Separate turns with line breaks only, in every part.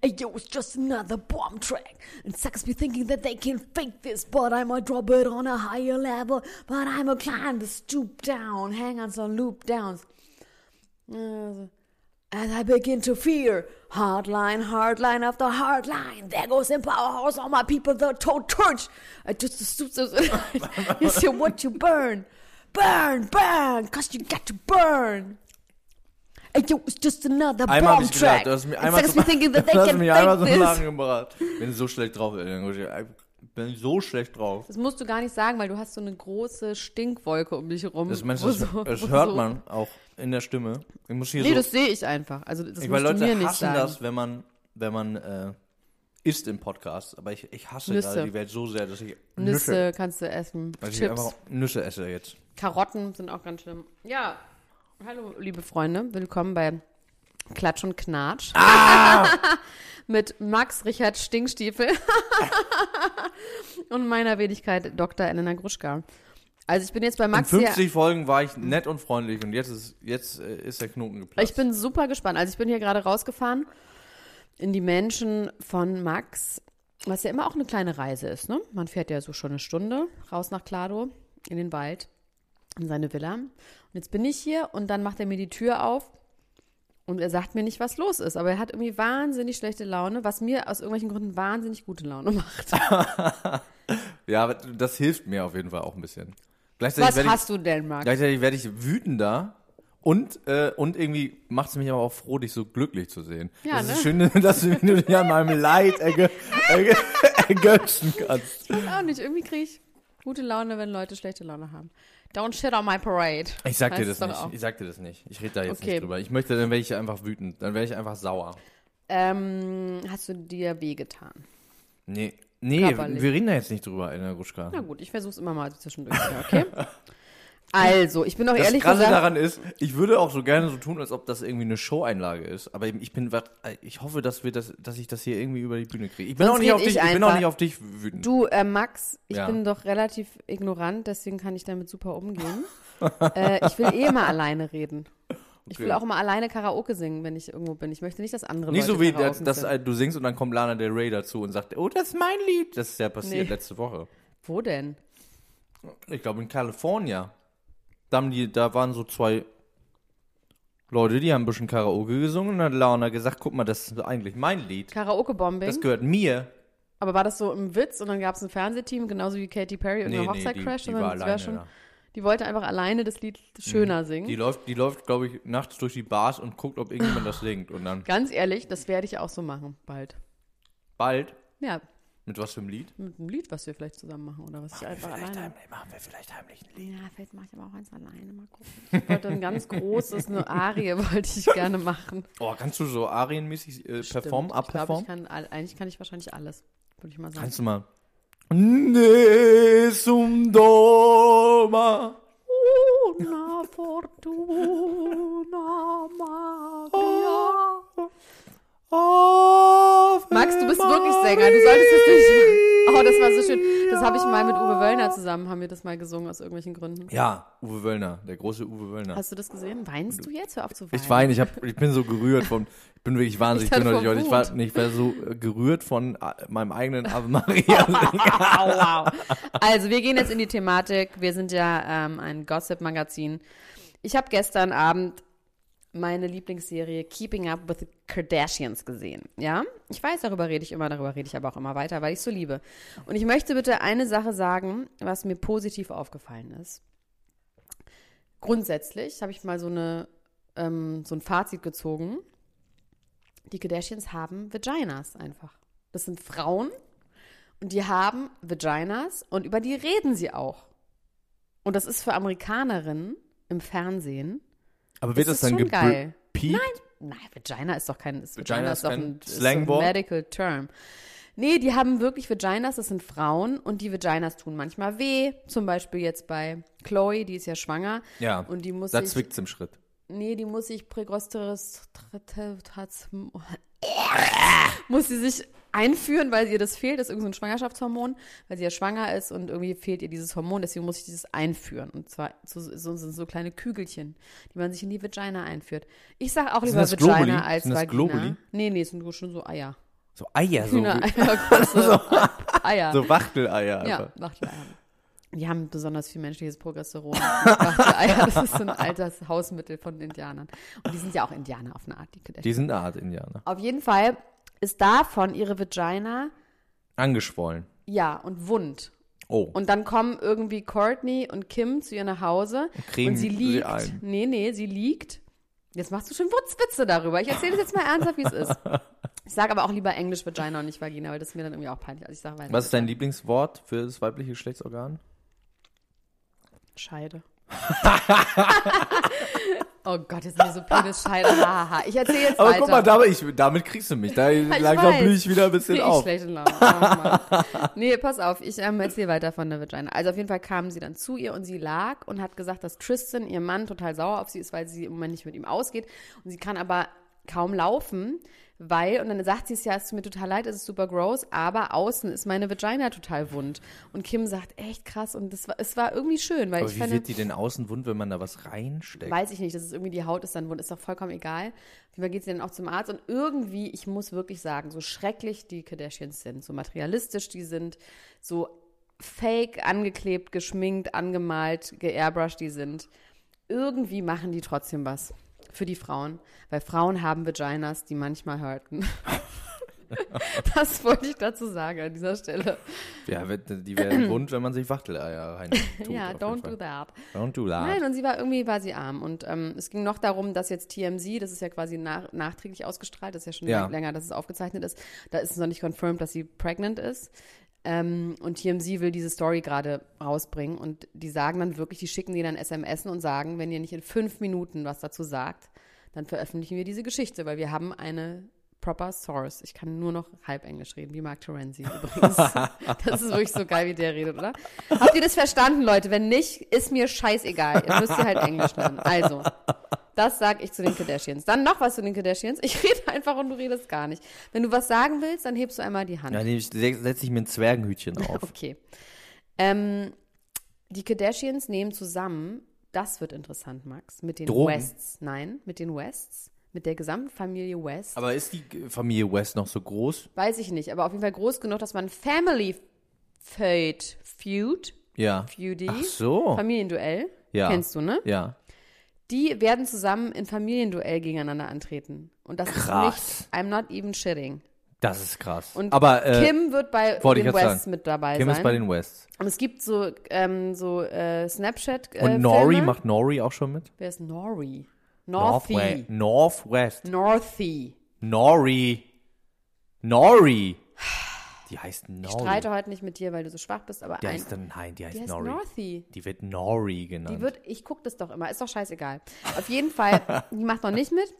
Hey, yo, it's just another bomb track. And suckers be thinking that they can fake this, but I'ma drop it on a higher level. But I'ma climb the stoop down, hang on some loop downs. Uh, As I begin to fear, hardline, hardline after hardline. There goes in powerhouse, all my people, the toad torch. I just assume that you see what you burn. Burn, burn, cause you got to burn. Hey, yo, it's just another
Einmal hab
bomb
ich
track.
gelacht. Du hast mich
And
einmal
suckers be thinking that they
du hast
can
mich einmal
fake
zum
this.
Lachen gebracht. Ich bin so schlecht drauf, Elena Gruschka. Ich bin so schlecht drauf.
Das musst du gar nicht sagen, weil du hast so eine große Stinkwolke um dich herum.
Das, meinst,
wo
das,
so-
das
wo
hört
so-
man auch in der Stimme. Ich muss hier
Nee,
so.
das sehe ich einfach. Also das
ich
musst
meine,
du mir
Leute
nicht
hassen
sagen.
das, wenn man, wenn man äh, isst im Podcast. Aber ich, ich hasse
Nüsse.
gerade die Welt so sehr, dass ich
Nüsse
Nüsse,
kannst du essen,
dass ich
Chips,
einfach Nüsse esse jetzt.
Karotten sind auch ganz schlimm. Ja, hallo liebe Freunde, willkommen bei Klatsch und Knatsch. Mit Max Richard Stinkstiefel und meiner Wenigkeit Dr. Elena Gruschka. Also ich bin jetzt bei
In
Max hier
50 Folgen war ich nett und freundlich und jetzt ist, jetzt äh, ist der Knoten geplatzt.
Ich bin super gespannt. Also ich bin hier gerade rausgefahren in die Menschen von Max, was ja immer auch eine kleine Reise ist. Ne? Man fährt ja so schon eine Stunde raus nach Klado in den Wald, in seine Villa. Und jetzt bin ich hier und dann macht er mir die Tür auf und er sagt mir nicht, was los ist. Aber er hat irgendwie wahnsinnig schlechte Laune, was mir aus irgendwelchen Gründen wahnsinnig gute Laune macht.
ja, aber das hilft mir auf jeden Fall auch ein bisschen. Gleichzeitig
Was
werde ich,
hast du denn, Max?
Gleichzeitig werde ich wütender und, äh, und irgendwie macht es mich aber auch froh, dich so glücklich zu sehen.
Ja,
das ist
ne?
schön, dass du du dich an meinem Leid ergö ergö ergötzen kannst.
Auch nicht. Irgendwie kriege ich gute Laune, wenn Leute schlechte Laune haben. Don't shit on my parade.
Ich sag dir
Heißt
das
es doch
nicht.
auch.
Ich sag dir das nicht. Ich rede da jetzt
Okay.
nicht drüber. Ich möchte, dann werde ich einfach wütend. Dann werde ich einfach sauer.
Ähm, hast du dir wehgetan?
Nee. Nee,
Körperlich.
wir reden da jetzt nicht drüber, Elena Gruschka.
Na gut, ich versuch's immer mal zwischendurch, wieder, okay? Also, ich bin auch
Das
ehrlich
Krasse
gesagt,
daran ist, ich würde auch so gerne so tun, als ob das irgendwie eine Show-Einlage ist. Aber ich bin, wat- ich hoffe, dass wir das, dass ich das hier irgendwie über die Bühne kriege. Ich bin
Sonst
auch nicht
red
auf dich,
ich
ich bin auch
einfach.
nicht auf dich wütend.
du, äh, Max, ich
Ja.
bin doch relativ ignorant, deswegen kann ich damit super umgehen. äh, ich will eh immer alleine reden. Ich will
Okay.
auch immer alleine Karaoke singen, wenn ich irgendwo bin. Ich möchte nicht, dass andere
Nicht
Leute
so wie,
Karaoke
dass, dass
singen.
äh, du singst und dann kommt Lana Del Rey dazu und sagt, oh, das ist mein Lied. Das ist ja passiert
Nee.
letzte Woche.
Wo denn?
Ich glaube, in Kalifornien. Da, haben die, da waren so zwei Leute, die haben ein bisschen Karaoke gesungen und dann hat Lana gesagt, guck mal, das ist eigentlich mein Lied. Das
Karaoke-Bombing?
gehört mir.
Aber war das so im Witz und dann gab's ein Fernsehteam, genauso wie Katy Perry und nee, Hochzeit Crash?
die
sondern
war
das wär
alleine.
schon- Hm?
ja. Mhm.
die wollte einfach alleine das Lied schöner singen.
Die läuft, die läuft glaube ich, nachts durch die Bars und guckt, ob irgendjemand das singt. Und dann
Ganz ehrlich, das werde ich auch so machen, bald.
bald,
Ja,
mit was für einem Lied?
mit einem Lied, was wir vielleicht zusammen machen oder was ich einfach alleine.
machen wir vielleicht heimlich ein Lied.
Ja, vielleicht mache ich aber auch eins alleine, mal gucken. Ich wollte ein ganz großes, eine Arie wollte ich gerne machen.
Oh, kannst du so arienmäßig äh, performen,
Stimmt. Ich glaube, ich
abperformen?
kann, all- eigentlich kann ich wahrscheinlich alles, würde ich mal sagen.
Kannst du mal. Nesum Doma.
Una fortuna magia.
Ave
Max, du bist wirklich Sänger. Du solltest es nicht. Oh, das war so schön. Das habe ich mal mit Uwe Wöllner zusammen, haben wir das mal gesungen aus irgendwelchen Gründen.
Ja, Uwe Wöllner, der große Uwe Wöllner.
Hast du das gesehen? Weinst du jetzt? Hör auf zu weinen.
Ich weine, ich, hab, ich bin so gerührt von, ich bin wirklich wahnsinnig, ich
Ich
bin
dachte,
noch nicht
vor
heute, ich war,
Wut.
nee, ich war so äh, gerührt von äh, meinem eigenen Ave Maria.
Also, wir gehen jetzt in die Thematik. Wir sind ja ähm, ein Gossip-Magazin. Ich habe gestern Abend meine Lieblingsserie Keeping Up with the Kardashians gesehen. Ja, ich weiß, darüber rede ich immer, darüber rede ich aber auch immer weiter, weil ich so liebe. Und ich möchte bitte eine Sache sagen, was mir positiv aufgefallen ist. Grundsätzlich habe ich mal so, eine, ähm, so ein Fazit gezogen. Die Kardashians haben Vaginas einfach. Das sind Frauen, und die haben Vaginas und über die reden sie auch. Und das ist für Amerikanerinnen im Fernsehen.
Aber wird
Das
das,
ist
dann
schon geil.
gepiept?
Nein, Vagina ist doch kein, ist
Vagina
Vagina
ist
ist doch
kein
ein, ist doch ein
Slangwort?
medical term. Nee, die haben wirklich Vaginas, das sind Frauen und die Vaginas tun manchmal weh. Zum Beispiel jetzt bei Chloe, die ist ja schwanger.
Ja,
Und die muss
da
sich-
zwickt's im Schritt.
Nee, die muss sich Pregosteris muss sie sich einführen, weil ihr das fehlt, das ist irgendein so ein Schwangerschaftshormon, weil sie ja schwanger ist und irgendwie fehlt ihr dieses Hormon, deswegen muss ich dieses einführen. Und zwar so, so, so, so kleine Kügelchen, die man sich in die Vagina einführt. Ich sag auch lieber
das
Vagina
Globuli?
als
Sind das
Vagina.
Globuli?
Nee, nee, es sind schon so Eier.
So Eier, so,
Hühner,
wie-
Eier, große Eier.
so Wachteleier
Ja,
einfach.
Wachteleier. Die haben besonders viel menschliches Progesteron. Wachteleier, das ist so ein altes Hausmittel von Indianern. Und die sind ja auch Indianer auf eine Art. Die
Die
Kardashians.
sind eine Art Indianer.
auf jeden Fall ist davon ihre Vagina,
Angeschwollen.
ja, und wund.
Oh.
Und dann kommen irgendwie Courtney und Kim zu ihr nach Hause
cremen
und sie
sie
liegt.
ein.
Nee, nee, sie liegt. Jetzt machst du schon Wutzwitze darüber. Ich erzähle das jetzt mal ernsthaft, wie es ist. Ich sage aber auch lieber Englisch Vagina und nicht Vagina, weil das ist mir dann irgendwie auch peinlich. Also ich sage weiter.
Was ist dein Lieblingswort für das weibliche Geschlechtsorgan?
Scheide. oh Gott, jetzt sind wir so Penisscheide. Hahaha. Ich erzähle jetzt
Aber
weiter.
guck mal, damit, ich, damit kriegst du mich. Da langsam
weiß.
blühe ich wieder ein bisschen
Krieg ich
auf.
schlechte Laune. Oh, Mann. nee, pass auf, ich ähm, erzähle weiter von der Vagina. Also auf jeden Fall kamen sie dann zu ihr und sie lag und hat gesagt, dass Tristan, ihr Mann, total sauer auf sie ist, weil sie im Moment nicht mit ihm ausgeht. Und sie kann aber kaum laufen, weil, und dann sagt sie es ja, es tut mir total leid, es ist super gross, aber außen ist meine Vagina total wund. Und Kim sagt, echt krass. Und das war, es war irgendwie schön, weil
Aber
ich
wie
finde,
wird die denn außen wund, wenn man da was reinsteckt?
Weiß ich nicht, das ist irgendwie die Haut ist dann wund, ist doch vollkommen egal. Auf jeden Fall geht sie dann auch zum Arzt und irgendwie, ich muss wirklich sagen, so schrecklich die Kardashians sind, so materialistisch die sind, so fake angeklebt, geschminkt, angemalt, geairbrushed die sind. Irgendwie machen die trotzdem was für die Frauen, weil Frauen haben Vaginas, die manchmal hurten. das wollte ich dazu sagen an dieser Stelle.
Ja, wird- die werden wund, wenn man sich Wachteleier rein tut.
ja,
auf
don't
jeden
do
Fall.
that.
Don't do that.
Nein, und sie war irgendwie war sie arm. Und ähm, es ging noch darum, dass jetzt TMZ, das ist ja quasi nach, nachträglich ausgestrahlt, das ist ja schon
Ja.
länger, dass es aufgezeichnet ist, da ist es noch nicht confirmed, dass sie pregnant ist. Ähm, und TMZ will diese Story gerade rausbringen und die sagen dann wirklich, die schicken dir dann SMS und sagen, wenn ihr nicht in fünf Minuten was dazu sagt, dann veröffentlichen wir diese Geschichte, weil wir haben eine proper source. Ich kann nur noch halb Englisch reden, wie Mark Terenzi übrigens. das ist wirklich so geil, wie der redet, oder? Habt ihr das verstanden, Leute? Wenn nicht, ist mir scheißegal. Ihr müsst ihr halt Englisch lernen. Also, das sag ich zu den Kardashians. Dann noch was zu den Kardashians. Ich rede einfach und du redest gar nicht. Wenn du was sagen willst, dann hebst du einmal die Hand.
Ja, nee, ich setze ich mir ein Zwergenhütchen auf.
Okay. Ähm, die Kardashians nehmen zusammen, das wird interessant, Max, mit den
Drogen?
Wests. Nein, mit den Wests, mit der gesamten Familie West.
Aber ist die Familie West noch so groß?
Weiß ich nicht, aber auf jeden Fall groß genug, dass man Family Feud, Feud,
Ja.
Feudy,
Ach so.
Familienduell,
Ja.
kennst du, ne?
Ja.
Die werden zusammen in Familienduell gegeneinander antreten. Und das
Krass.
ist nicht, I'm not even shitting.
Das ist krass.
Und
Aber äh,
Kim wird bei
wollte ich
den
grad sagen.
Wests mit dabei
Kim
sein.
ist bei den Wests.
Und es gibt so, ähm, so äh, Snapchat. Äh,
Und Nori
Filme.
macht Nori auch schon mit?
Wer ist Nori?
Northwe-
Northy.
Northwest.
Northy.
Nori. Nori. Die heißt Nori.
Ich streite heute nicht mit dir, weil du so schwach bist, aber
Die
ein,
heißt dann, nein, die heißt,
die heißt
Nori.
Northy.
Die wird Nori genannt.
Die wird, ich gucke das doch immer, ist doch scheißegal. Auf jeden Fall, die macht noch nicht mit.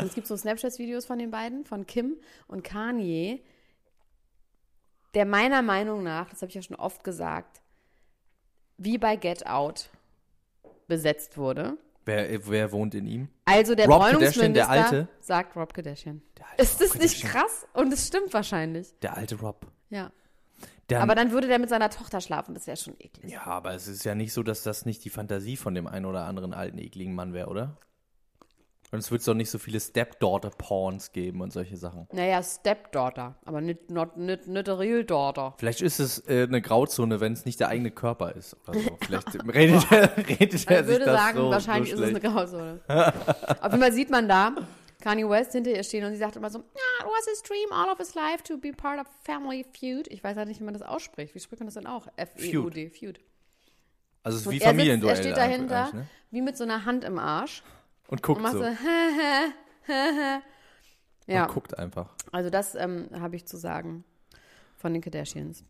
Und es gibt so Snapchat-Videos von den beiden, von Kim und Kanye, der meiner Meinung nach, das habe ich ja schon oft gesagt, wie bei Get Out besetzt wurde.
Wer, wer wohnt in ihm?
Also der
Rob
Bräunungsminister
Kardashian, der Alte?
sagt Rob Kardashian.
alte
ist das nicht krass? Und es stimmt wahrscheinlich.
Der alte Rob.
Ja.
Der,
Aber dann würde der mit seiner Tochter schlafen, das wäre schon eklig.
ja, aber es ist ja nicht so, dass das nicht die Fantasie von dem einen oder anderen alten, ekligen Mann wäre, oder? Und es wird doch nicht so viele Stepdaughter-Pawns geben und solche Sachen.
Naja, Stepdaughter, aber nicht, not, nicht, nicht a real daughter.
Vielleicht ist es äh, eine Grauzone, wenn es nicht der eigene Körper ist oder so. Vielleicht redet er, redet er
Ich
sich
würde
das
sagen,
so,
wahrscheinlich ist
so
es eine
schlecht.
Grauzone. Auf jeden Fall sieht man da Kanye West hinter ihr stehen und sie sagt immer so, yeah, it was his dream all of his life to be part of Family Feud. Ich weiß halt nicht, wie man das ausspricht. Wie spricht man das denn auch? F-E-U-D, Feud.
Also es ist
Und
wie
er, sitzt,
Familienduell.
er steht
eigentlich,
dahinter,
ne?
wie mit so einer Hand im Arsch.
Und guckt
Und macht
so.
so, hä, hä, hä. Ja,
Und guckt einfach.
also das ähm, habe ich zu sagen von den Kardashians.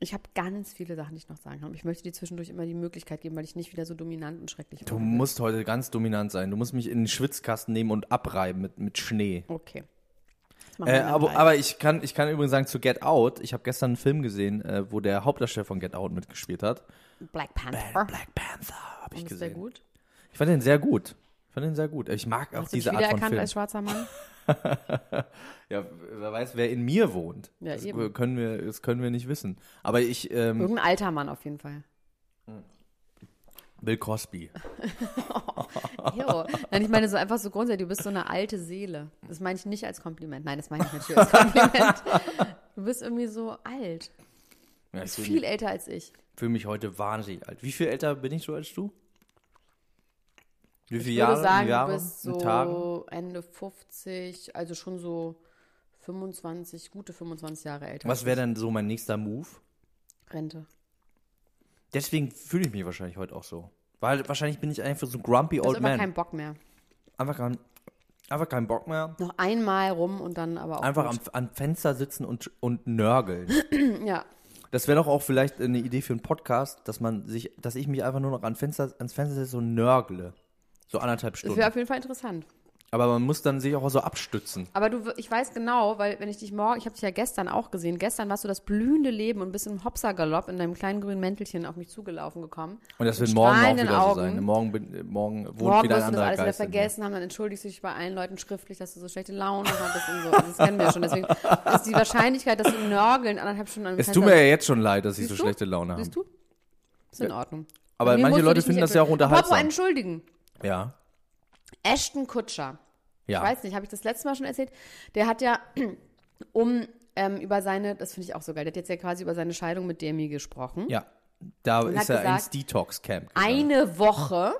Ich habe ganz viele Sachen, die ich noch sagen kann. Ich möchte dir zwischendurch immer die Möglichkeit geben, weil ich nicht wieder so dominant und schrecklich
Du
bin.
musst heute ganz dominant sein. Du musst mich in den Schwitzkasten nehmen und abreiben mit, mit Schnee.
Okay. Das machen wir
Äh,
dann
aber,
bald.
aber ich kann, ich kann übrigens sagen, zu Get Out, ich habe gestern einen Film gesehen, äh, wo der Hauptdarsteller von Get Out mitgespielt hat.
Black Panther.
Black Panther, habe ich
Äh, ist der
gesehen.
gut?
Ich fand den sehr gut. Ich fand den sehr gut. Ich mag auch
Hast du dich
diese Art von
wiedererkannt
Film.
als schwarzer Mann?
Ja, wer weiß, wer in mir wohnt.
Ja,
das,
eben.
Können wir, das können wir nicht wissen. Aber ich, ähm,
Irgendein alter Mann auf jeden Fall.
Bill Cosby.
Jo. Nein, ich meine so einfach so grundsätzlich, du bist so eine alte Seele. Das meine ich nicht als Kompliment. Nein, das meine ich natürlich als Kompliment. Du bist irgendwie so alt.
Ja, ich
Bist
fühle
viel
mich,
älter als ich.
fühl mich heute wahnsinnig alt. Wie viel älter bin ich so als du? Wie viele
Ich
Jahre?
würde sagen,
Jahre? ne,
du bist
Mit Tagen?
so Ende 50, also schon so 25, gute 25 Jahre älter.
Was wäre dann so mein nächster Move?
Rente.
Deswegen fühle ich mich wahrscheinlich heute auch so. Weil wahrscheinlich bin ich einfach so ein grumpy
Du hast
old
Also immer keinen
man.
Bock mehr.
Einfach, kein, einfach keinen Bock mehr.
Noch einmal rum und dann aber auch
Einfach am,
gut.
am Fenster sitzen und, und nörgeln.
Ja,
Das wäre doch auch vielleicht eine Idee für einen Podcast, dass man sich, dass ich mich einfach nur noch an Fenster, ans Fenster setze und nörgle. So anderthalb
das
Stunden.
wäre auf jeden Fall interessant.
Aber man muss dann sich auch so abstützen.
Aber du, ich weiß genau, weil wenn ich dich morgen, ich habe dich ja gestern auch gesehen, gestern warst du das blühende Leben und bist im Hopsergalopp in deinem kleinen grünen Mäntelchen auf mich zugelaufen gekommen.
Und das
Mit
wird morgen auch
strahlenden
wieder
Augen.
so sein. Morgen, bin, äh, morgen wohnt
Morgen
wieder ein
wirst du das
anderer
alles wieder
Geist. in mir.
vergessen haben, dann entschuldigst du dich bei allen Leuten schriftlich, dass du so schlechte Laune hattest und so. Also das kennen wir ja schon. Deswegen ist die Wahrscheinlichkeit, dass du nörgeln anderthalb Stunden an dem
Es tut mir
Fenster-
ja jetzt schon leid, dass ich so
Siehst du?
schlechte Laune habe.
Siehst du? Ist in Ordnung.
Aber
Bei mir
manche
musst du
Leute
dich
finden
nicht
das ja auch
entschuldigen.
unterhaltsam.
Apropos entschuldigen.
Ja.
Ashton Kutscher.
Ja.
Ich weiß nicht, habe ich das letzte Mal schon erzählt? Der hat ja um ähm, über seine, das finde ich auch so geil, der hat jetzt ja quasi über seine Scheidung mit Demi gesprochen.
Ja. Da
Und
ist
hat
er ins
gesagt,
Detox-Camp. gegangen.
Eine Woche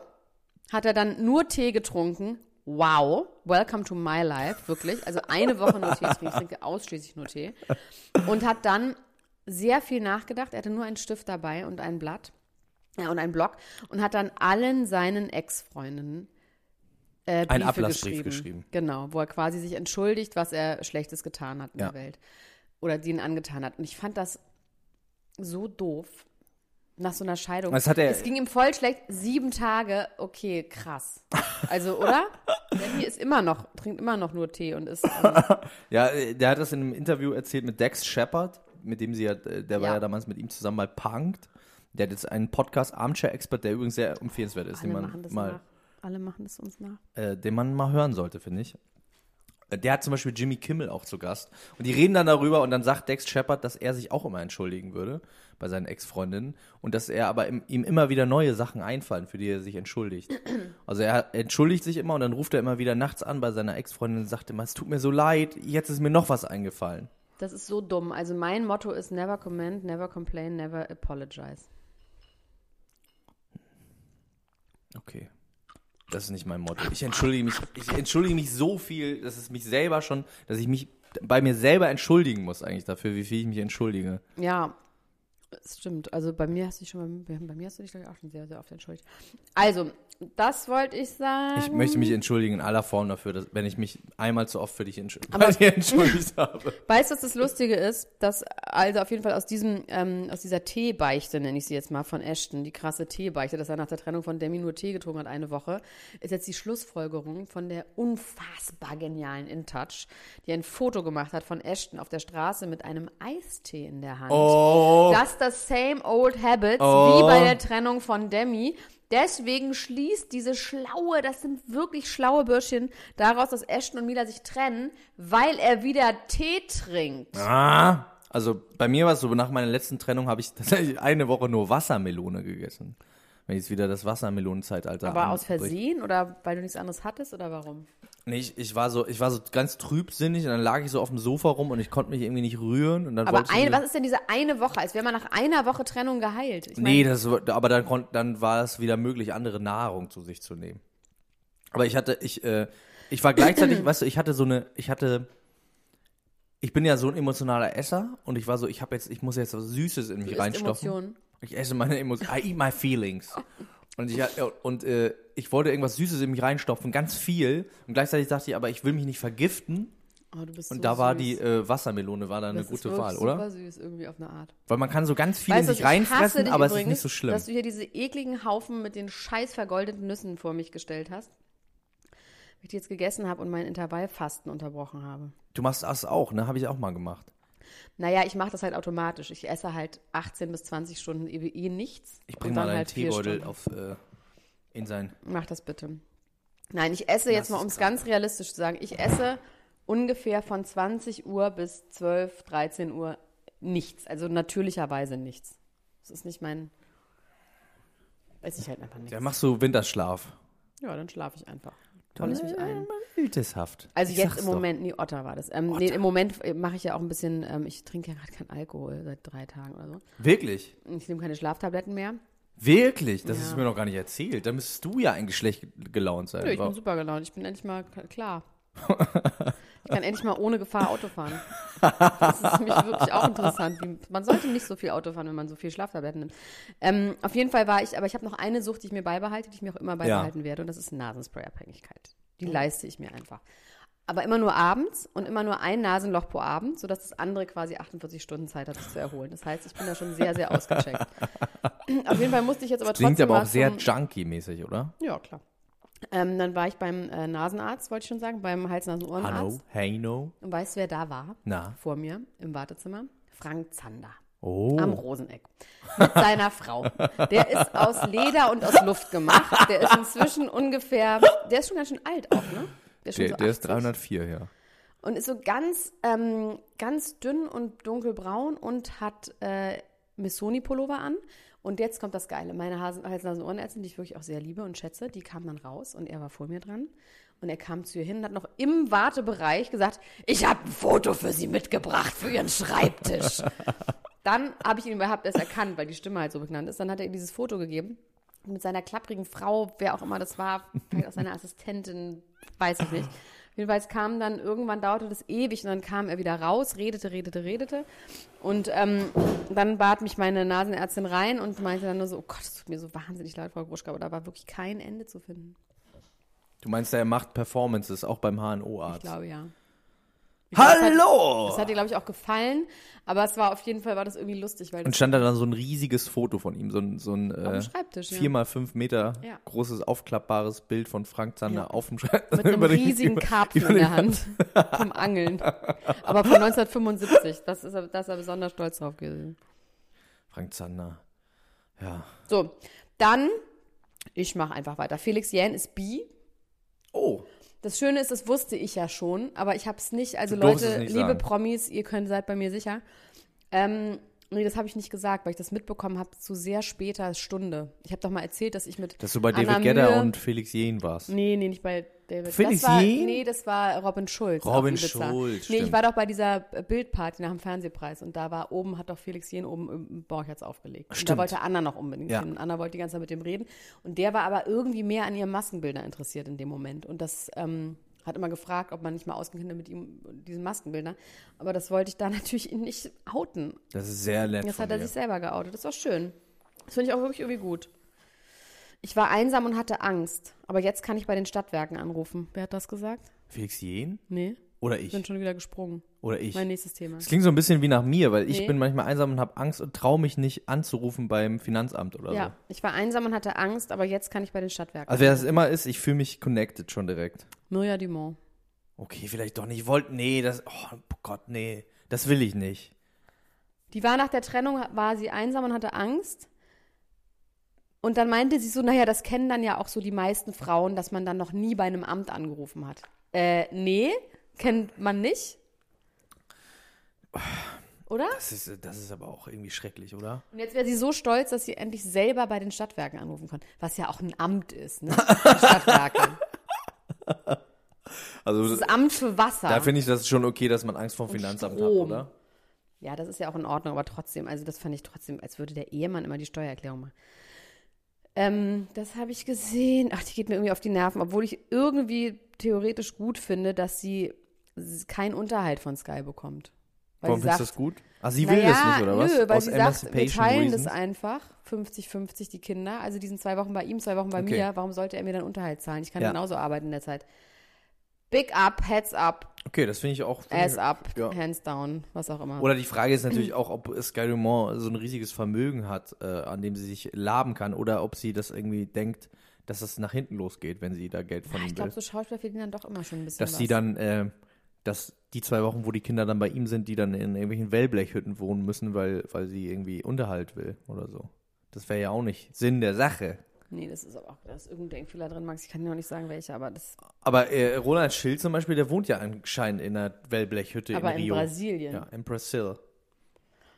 hat er dann nur Tee getrunken. Wow, welcome to my life, wirklich. Also eine Woche nur Tee, trinken. ich trinke ausschließlich nur Tee. Und hat dann sehr viel nachgedacht. Er hatte nur einen Stift dabei und ein Blatt ja, und einen Block und hat dann allen seinen Ex-Freundinnen äh,
Einen
Briefe
Ablassbrief geschrieben.
Genau, wo er quasi sich entschuldigt, was er Schlechtes getan hat in
Ja.
der Welt oder denen angetan hat. Und ich fand das so doof nach so einer Scheidung.
Das hat er-
es ging ihm voll schlecht. Sieben Tage, okay, krass. Also, oder? Danny ist immer noch, trinkt immer noch nur Tee und ist. Ähm,
Ja, äh, der hat das in einem Interview erzählt mit Dex Shepard, mit dem sie ja, äh, der war
Ja.
ja damals mit ihm zusammen bei Punked. Der hat jetzt einen Podcast Armchair Expert, der übrigens sehr empfehlenswert ist, den
alle
man
machen das
mal,
nach. Alle machen das uns nach.
äh, den man mal hören sollte, finde ich. Äh, Der hat zum Beispiel Jimmy Kimmel auch zu Gast. Und die reden dann darüber und dann sagt Dex Shepard, dass er sich auch immer entschuldigen würde bei seinen Ex-Freundinnen und dass er aber im, ihm immer wieder neue Sachen einfallen, für die er sich entschuldigt. Also er entschuldigt sich immer und dann ruft er immer wieder nachts an bei seiner Ex-Freundin und sagt immer, es tut mir so leid, jetzt ist mir noch was eingefallen.
Das ist so dumm. Also, mein Motto ist never comment, never complain, never apologize.
Okay. Das ist nicht mein Motto. Ich entschuldige mich, ich entschuldige mich so viel, dass es mich selber schon, dass ich mich bei mir selber entschuldigen muss eigentlich dafür, wie viel ich mich entschuldige.
Ja, es stimmt. Also bei mir hast du dich schon, bei, bei mir hast du dich glaube ich auch schon sehr, sehr oft entschuldigt. Also, das wollte ich sagen.
Ich möchte mich entschuldigen in aller Form dafür, dass, wenn ich mich einmal zu oft für dich entsch bei dir entschuldigt habe.
Weißt du, was das Lustige ist? Dass also auf jeden Fall aus diesem, ähm, aus dieser Teebeichte, nenne ich sie jetzt mal, von Ashton, die krasse Teebeichte, dass er nach der Trennung von Demi nur Tee getrunken hat eine Woche, ist jetzt die Schlussfolgerung von der unfassbar genialen InTouch, die ein Foto gemacht hat von Ashton auf der Straße mit einem Eistee in der Hand.
Oh,
das das same old habits wie
Oh.
bei der Trennung von Demi. Deswegen schließt diese schlaue, das sind wirklich schlaue Bürschchen, daraus, dass Ashton und Mila sich trennen, weil er wieder Tee trinkt.
Ah, also bei mir war es so, nach meiner letzten Trennung habe ich tatsächlich eine Woche nur Wassermelone gegessen. Wenn jetzt wieder das Wassermelonenzeitalter
Aber aus
anbricht.
Versehen oder weil du nichts anderes hattest oder warum?
Nee, ich, ich war so, ich war so ganz trübsinnig und dann lag ich so auf dem Sofa rum und ich konnte mich irgendwie nicht rühren und dann
Aber
wollte ich
ein,
irgendwie-
was ist denn diese eine Woche? Als wäre man nach einer Woche Trennung geheilt. Ich
nee, das, war- aber dann, konnt, dann war es wieder möglich, andere Nahrung zu sich zu nehmen. Aber ich hatte, ich, äh, ich war gleichzeitig, weißt du, ich hatte so eine, ich hatte, ich bin ja so ein emotionaler Esser und ich war so, ich habe jetzt, ich muss jetzt was Süßes in mich
isst
reinstopfen.
Emotionen.
Ich esse meine Emotionen. I eat my feelings. Und ich, ja, und äh, ich wollte irgendwas Süßes in mich reinstopfen, ganz viel. Und gleichzeitig dachte ich, aber ich will mich nicht vergiften.
Oh, du bist
Und
so
da war
süß.
die äh, Wassermelone, war da eine
Das ist
gute
wirklich
Wahl, oder?
Super süß irgendwie auf eine Art.
Weil man kann so ganz viel in
Weißt du,
sich
was, ich hasse
reinfressen,
dich
aber es ist
übrigens,
nicht so schlimm.
Dass du hier diese ekligen Haufen mit den scheiß vergoldeten Nüssen vor mich gestellt hast. Weil Ich die jetzt gegessen habe und mein Intervallfasten unterbrochen habe.
Du machst das auch, ne? Habe ich auch mal gemacht.
Naja, ich mache das halt automatisch. Ich esse halt 18 bis 20 Stunden eh, eh nichts.
Ich
und
bringe
dann halt
mal einen
vier
Teebeutel
Stunden.
auf, äh, in sein.
Mach das bitte. Nein, ich esse jetzt mal, um es ganz realistisch zu sagen, ich esse ungefähr von 20 Uhr bis 12, 13 Uhr nichts. Also natürlicherweise nichts. Das ist nicht mein. Weiß ich halt einfach nicht.
Da machst du Winterschlaf. Äh,
Ja, dann schlafe ich einfach. Rolle ich mich ein.
Üteshaft.
Also
Ich
jetzt
sag's
im
doch.
Moment, nee, Otter war das. Ähm, Nee, im Moment äh, mache ich ja auch ein bisschen, ähm, ich trinke ja gerade keinen Alkohol seit drei Tagen oder so.
Wirklich?
Und Ich nehme keine Schlaftabletten mehr.
Wirklich? Das ist mir noch gar nicht erzählt. Da müsstest du ja eigentlich schlecht ge- gelaunt sein.
Nö, ich
Wa-
bin super gelaunt. Ich bin endlich mal k- klar. Ich kann endlich mal ohne Gefahr Auto fahren. Das ist für mich wirklich auch interessant. Wie, man sollte nicht so viel Auto fahren, wenn man so viel Schlaftabletten nimmt. Ähm, auf jeden Fall war ich, aber ich habe noch eine Sucht, die ich mir beibehalte, die ich mir auch immer beibehalten werde, und das ist Nasenspray-Abhängigkeit.
Oh.
Die leiste ich mir einfach. Aber immer nur abends und immer nur ein Nasenloch pro Abend, sodass das andere quasi 48 Stunden Zeit hat, sich zu erholen. Das heißt, ich bin da schon sehr, sehr ausgecheckt. Auf jeden Fall musste ich jetzt aber
Klingt
trotzdem
aber
mal
auch sehr
zum-
junkie-mäßig, oder?
ja, klar. Ähm, dann war ich beim äh, Nasenarzt, wollte ich schon sagen, beim Hals-Nasen-Ohrenarzt.
Hanno, hey no.
Und weißt du, wer da war?
Na.
Vor mir im Wartezimmer? Frank Zander.
Oh.
Am Roseneck. Mit seiner Frau. Der ist aus Leder und aus Luft gemacht. Der ist inzwischen ungefähr, der ist schon ganz schön alt auch, ne? ist schon
Der,
so
der ist
80.
304, ja.
Und ist so ganz, ähm, ganz dünn und dunkelbraun und hat äh, Missoni-Pullover an. Und jetzt kommt das Geile. Meine Hals- Hals-Nasen-Ohrenärztin, die ich wirklich auch sehr liebe und schätze, die kam dann raus und er war vor mir dran. Und er kam zu ihr hin und hat noch im Wartebereich gesagt, ich habe ein Foto für sie mitgebracht, für ihren Schreibtisch. dann habe ich ihn überhaupt erst erkannt, weil die Stimme halt so bekannt ist. Dann hat er ihr dieses Foto gegeben mit seiner klapprigen Frau, wer auch immer das war, vielleicht auch seine Assistentin, weiß ich nicht. Jedenfalls kam dann, irgendwann dauerte das ewig und dann kam er wieder raus, redete, redete, redete. Und ähm, dann bat mich meine Nasenärztin rein und meinte dann nur so, oh Gott, es tut mir so wahnsinnig leid, Frau Gruschka, aber da war wirklich kein Ende zu finden.
Du meinst, er macht Performances, auch beim
Ich
HNO-Arzt.
glaube, ja.
Hallo!
Das hat ihr, glaube ich, auch gefallen, aber es war auf jeden Fall, war das irgendwie lustig, weil
Und
das
stand da dann so ein riesiges Foto von ihm, so ein, so ein äh,
Schreibtisch, ja.
vier mal fünf Meter
Ja.
großes aufklappbares Bild von Frank Zander auf dem Schreibtisch.
mit einem
über den-
riesigen
über-
Karpfen
über
in
den-
der Hand vom Angeln. Aber von 1975, das ist er, da ist er besonders stolz drauf gewesen.
Frank Zander. Ja.
So, dann, ich mache einfach weiter. Felix Jähn ist bi.
Oh,
Das Schöne ist, das wusste ich ja schon, aber ich habe es nicht. Also
Du durftest
Leute,
es nicht
liebe
sagen.
Promis, ihr könnt, seid bei mir sicher. Ähm, nee, das habe ich nicht gesagt, weil ich das mitbekommen habe zu sehr später Stunde. Ich habe doch mal erzählt, dass ich mit
dass du bei
Anna
David Gedder
Mühe-
und Felix Jähn warst.
Nee, nee, nicht bei David.
Felix
das war,
Jähn?
Nee, das war Robin Schulz. auf
Robin
Ibiza.
Schulz,
Nee, ich
stimmt.
war doch bei dieser Bildparty nach dem Fernsehpreis und da war oben, hat doch Felix Jähn oben im Borchertz aufgelegt. Und da
Stimmt.
wollte Anna noch unbedingt
Ja.
hin und Anna wollte die ganze Zeit mit dem reden. Und der war aber irgendwie mehr an ihrem Maskenbilder interessiert in dem Moment. Und das ähm, hat immer gefragt, ob man nicht mal ausgehen könnte mit ihm, diesen Maskenbildern. Aber das wollte ich da natürlich nicht outen.
Das ist sehr nett
Jetzt
von
hat er
dir.
sich selber geoutet. Das war schön. Das finde ich auch wirklich irgendwie gut. Ich war einsam und hatte Angst. Aber jetzt kann ich bei den Stadtwerken anrufen. Wer hat das gesagt?
Felix Jähn?
Nee,
Oder
ich bin
ich?
schon wieder gesprungen.
Oder ich?
Mein nächstes Thema.
Das klingt so ein bisschen wie nach mir, weil ich
Nee.
bin manchmal einsam und habe Angst und traue mich nicht anzurufen beim Finanzamt oder so.
Ja, ich war einsam und hatte Angst, aber jetzt kann ich bei den Stadtwerken.
Also wer das immer ist, ich fühle mich connected schon direkt.
Mirja Dumont.
Okay, vielleicht doch nicht. Ich wollte, nee, das, oh Gott, nee, das will ich nicht.
Die war nach der Trennung, war sie einsam und hatte Angst. Und dann meinte sie so, naja, das kennen dann ja auch so die meisten Frauen, dass man dann noch nie bei einem Amt angerufen hat. Äh, nee, kennt man nicht. Oder?
Das ist, das ist aber auch irgendwie schrecklich, oder?
Und jetzt wäre sie so stolz, dass sie endlich selber bei den Stadtwerken anrufen kann. Was ja auch ein Amt ist, ne? Die Stadtwerke.
Also
Das Amt für Wasser.
da finde ich das schon okay, dass man Angst vor dem Finanzamt hat,
Strom.
oder?
Ja, das ist ja auch in Ordnung, aber trotzdem, also das fand ich trotzdem, als würde der Ehemann immer die Steuererklärung machen. Ähm, das habe ich gesehen. Ach, die geht mir irgendwie auf die Nerven, obwohl ich irgendwie theoretisch gut finde, dass sie s- keinen Unterhalt von Sky bekommt. Weil
Warum
sie
findest
sagt,
du das gut? Ah, sie will das nicht, oder was?
Nö, weil sie sagt, wir teilen das einfach, 50-50 die Kinder, also diesen zwei Wochen bei ihm, zwei Wochen bei
Okay.
mir, warum sollte er mir dann Unterhalt zahlen? Ich kann
Ja.
genauso arbeiten in der Zeit. Big up, heads up,
Okay, das finde ich auch. find
ass
ich,
up,
Ja.
hands down, was auch immer.
Oder die Frage ist natürlich auch, ob Sky Dumont so ein riesiges Vermögen hat, äh, an dem sie sich laben kann, oder ob sie das irgendwie denkt, dass das nach hinten losgeht, wenn sie da Geld von
Ich
ihm will.
glaube, so Schauspieler verdienen dann doch immer schon ein bisschen
dass
was.
sie dann, äh, dass die zwei Wochen, wo die Kinder dann bei ihm sind, die dann in irgendwelchen Wellblechhütten wohnen müssen, weil, weil sie irgendwie Unterhalt will oder so. Das wäre ja auch nicht Sinn der Sache.
nee, das ist aber auch, da ist irgendein Denkfehler drin, Max. Ich kann dir noch nicht sagen, welcher, aber das
Aber äh, Roland Schill zum Beispiel, der wohnt ja anscheinend in einer Wellblechhütte
aber
in
in,
Rio.
Brasilien.
Ja,
Ja,
in Brasil.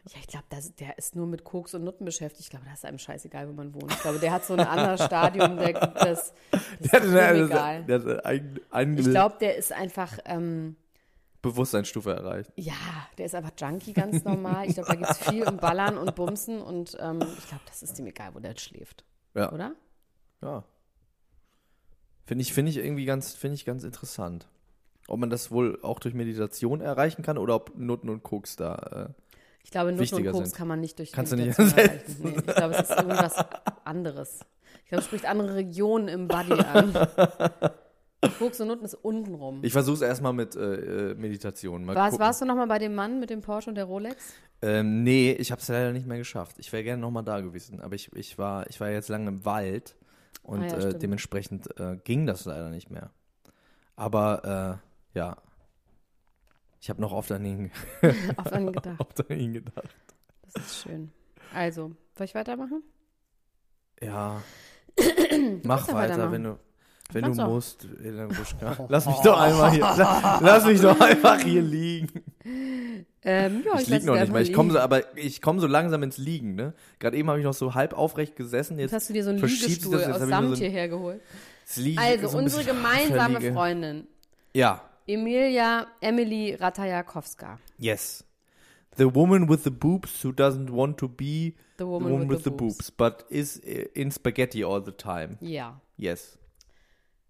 ich glaube, das- der ist nur mit Koks und Nutten beschäftigt. Ich glaube, das ist einem scheißegal, wo man wohnt. Ich glaube, der hat so ein anderes Stadium, der, das, das ist ihm egal.
Der hat eine eigene- eigene
Ich glaube, der ist einfach, ähm,
Bewusstseinsstufe erreicht.
ja, der ist einfach Junkie ganz normal. Ich glaube, da geht es viel um Ballern und Bumsen und ähm, ich glaube, das ist ihm egal, wo der schläft,
Ja.
oder?
Ja. Finde ich, finde ich irgendwie ganz, finde ich ganz interessant. Ob man das wohl auch durch Meditation erreichen kann oder ob Nutten und Koks da. Äh,
Ich glaube, Nutten und
wichtiger
Koks
sind.
kann man nicht durch
Kannst du nicht
Meditation erreichen. nee, Ich glaube, es ist irgendwas anderes. Ich glaube, es spricht andere Regionen im Body an. Koks und Nutten ist untenrum.
ich versuche es erstmal mit äh, äh, Meditation. Mal
warst,
gucken.
warst du nochmal bei dem Mann mit dem Porsche und der Rolex?
Ähm, nee, ich habe es leider nicht mehr geschafft. Ich wäre gerne nochmal da gewesen, aber ich, ich, war, ich war jetzt lange im Wald und
Ah ja,
äh,
stimmt.
dementsprechend äh, ging das leider nicht mehr. Aber äh, ja, ich habe noch oft an ihn,
Auf einen gedacht.
oft an ihn gedacht.
Das ist schön. Also, soll ich weitermachen?
Ja. Mach
ja
weiter,
weitermachen.
wenn du, wenn
Kannst
du
doch.
musst, Elena Gruschka. Lass mich doch einmal hier, la- lass mich doch einfach hier liegen.
Ähm, ja, lass
Ich lieg noch
es einfach
nicht mehr. Ich komme
liegen.
so, aber ich komme so langsam ins Liegen, ne? Gerade eben habe ich noch so halb aufrecht gesessen. Jetzt
Jetzt hast du dir so einen
verschiebst du
Liegestuhl
das, jetzt
aus
hab ich nur
Samt
so ein-
hierher geholt.
das Liegen
Also,
so ein
unsere
bisschen
gemeinsame
verlege.
Freundin,
Ja,
Emilia Emily Ratajakowska.
yes. The woman with the boobs who doesn't want to be
The woman with the boobs.
but is äh, in spaghetti all the time.
Ja.
Yes.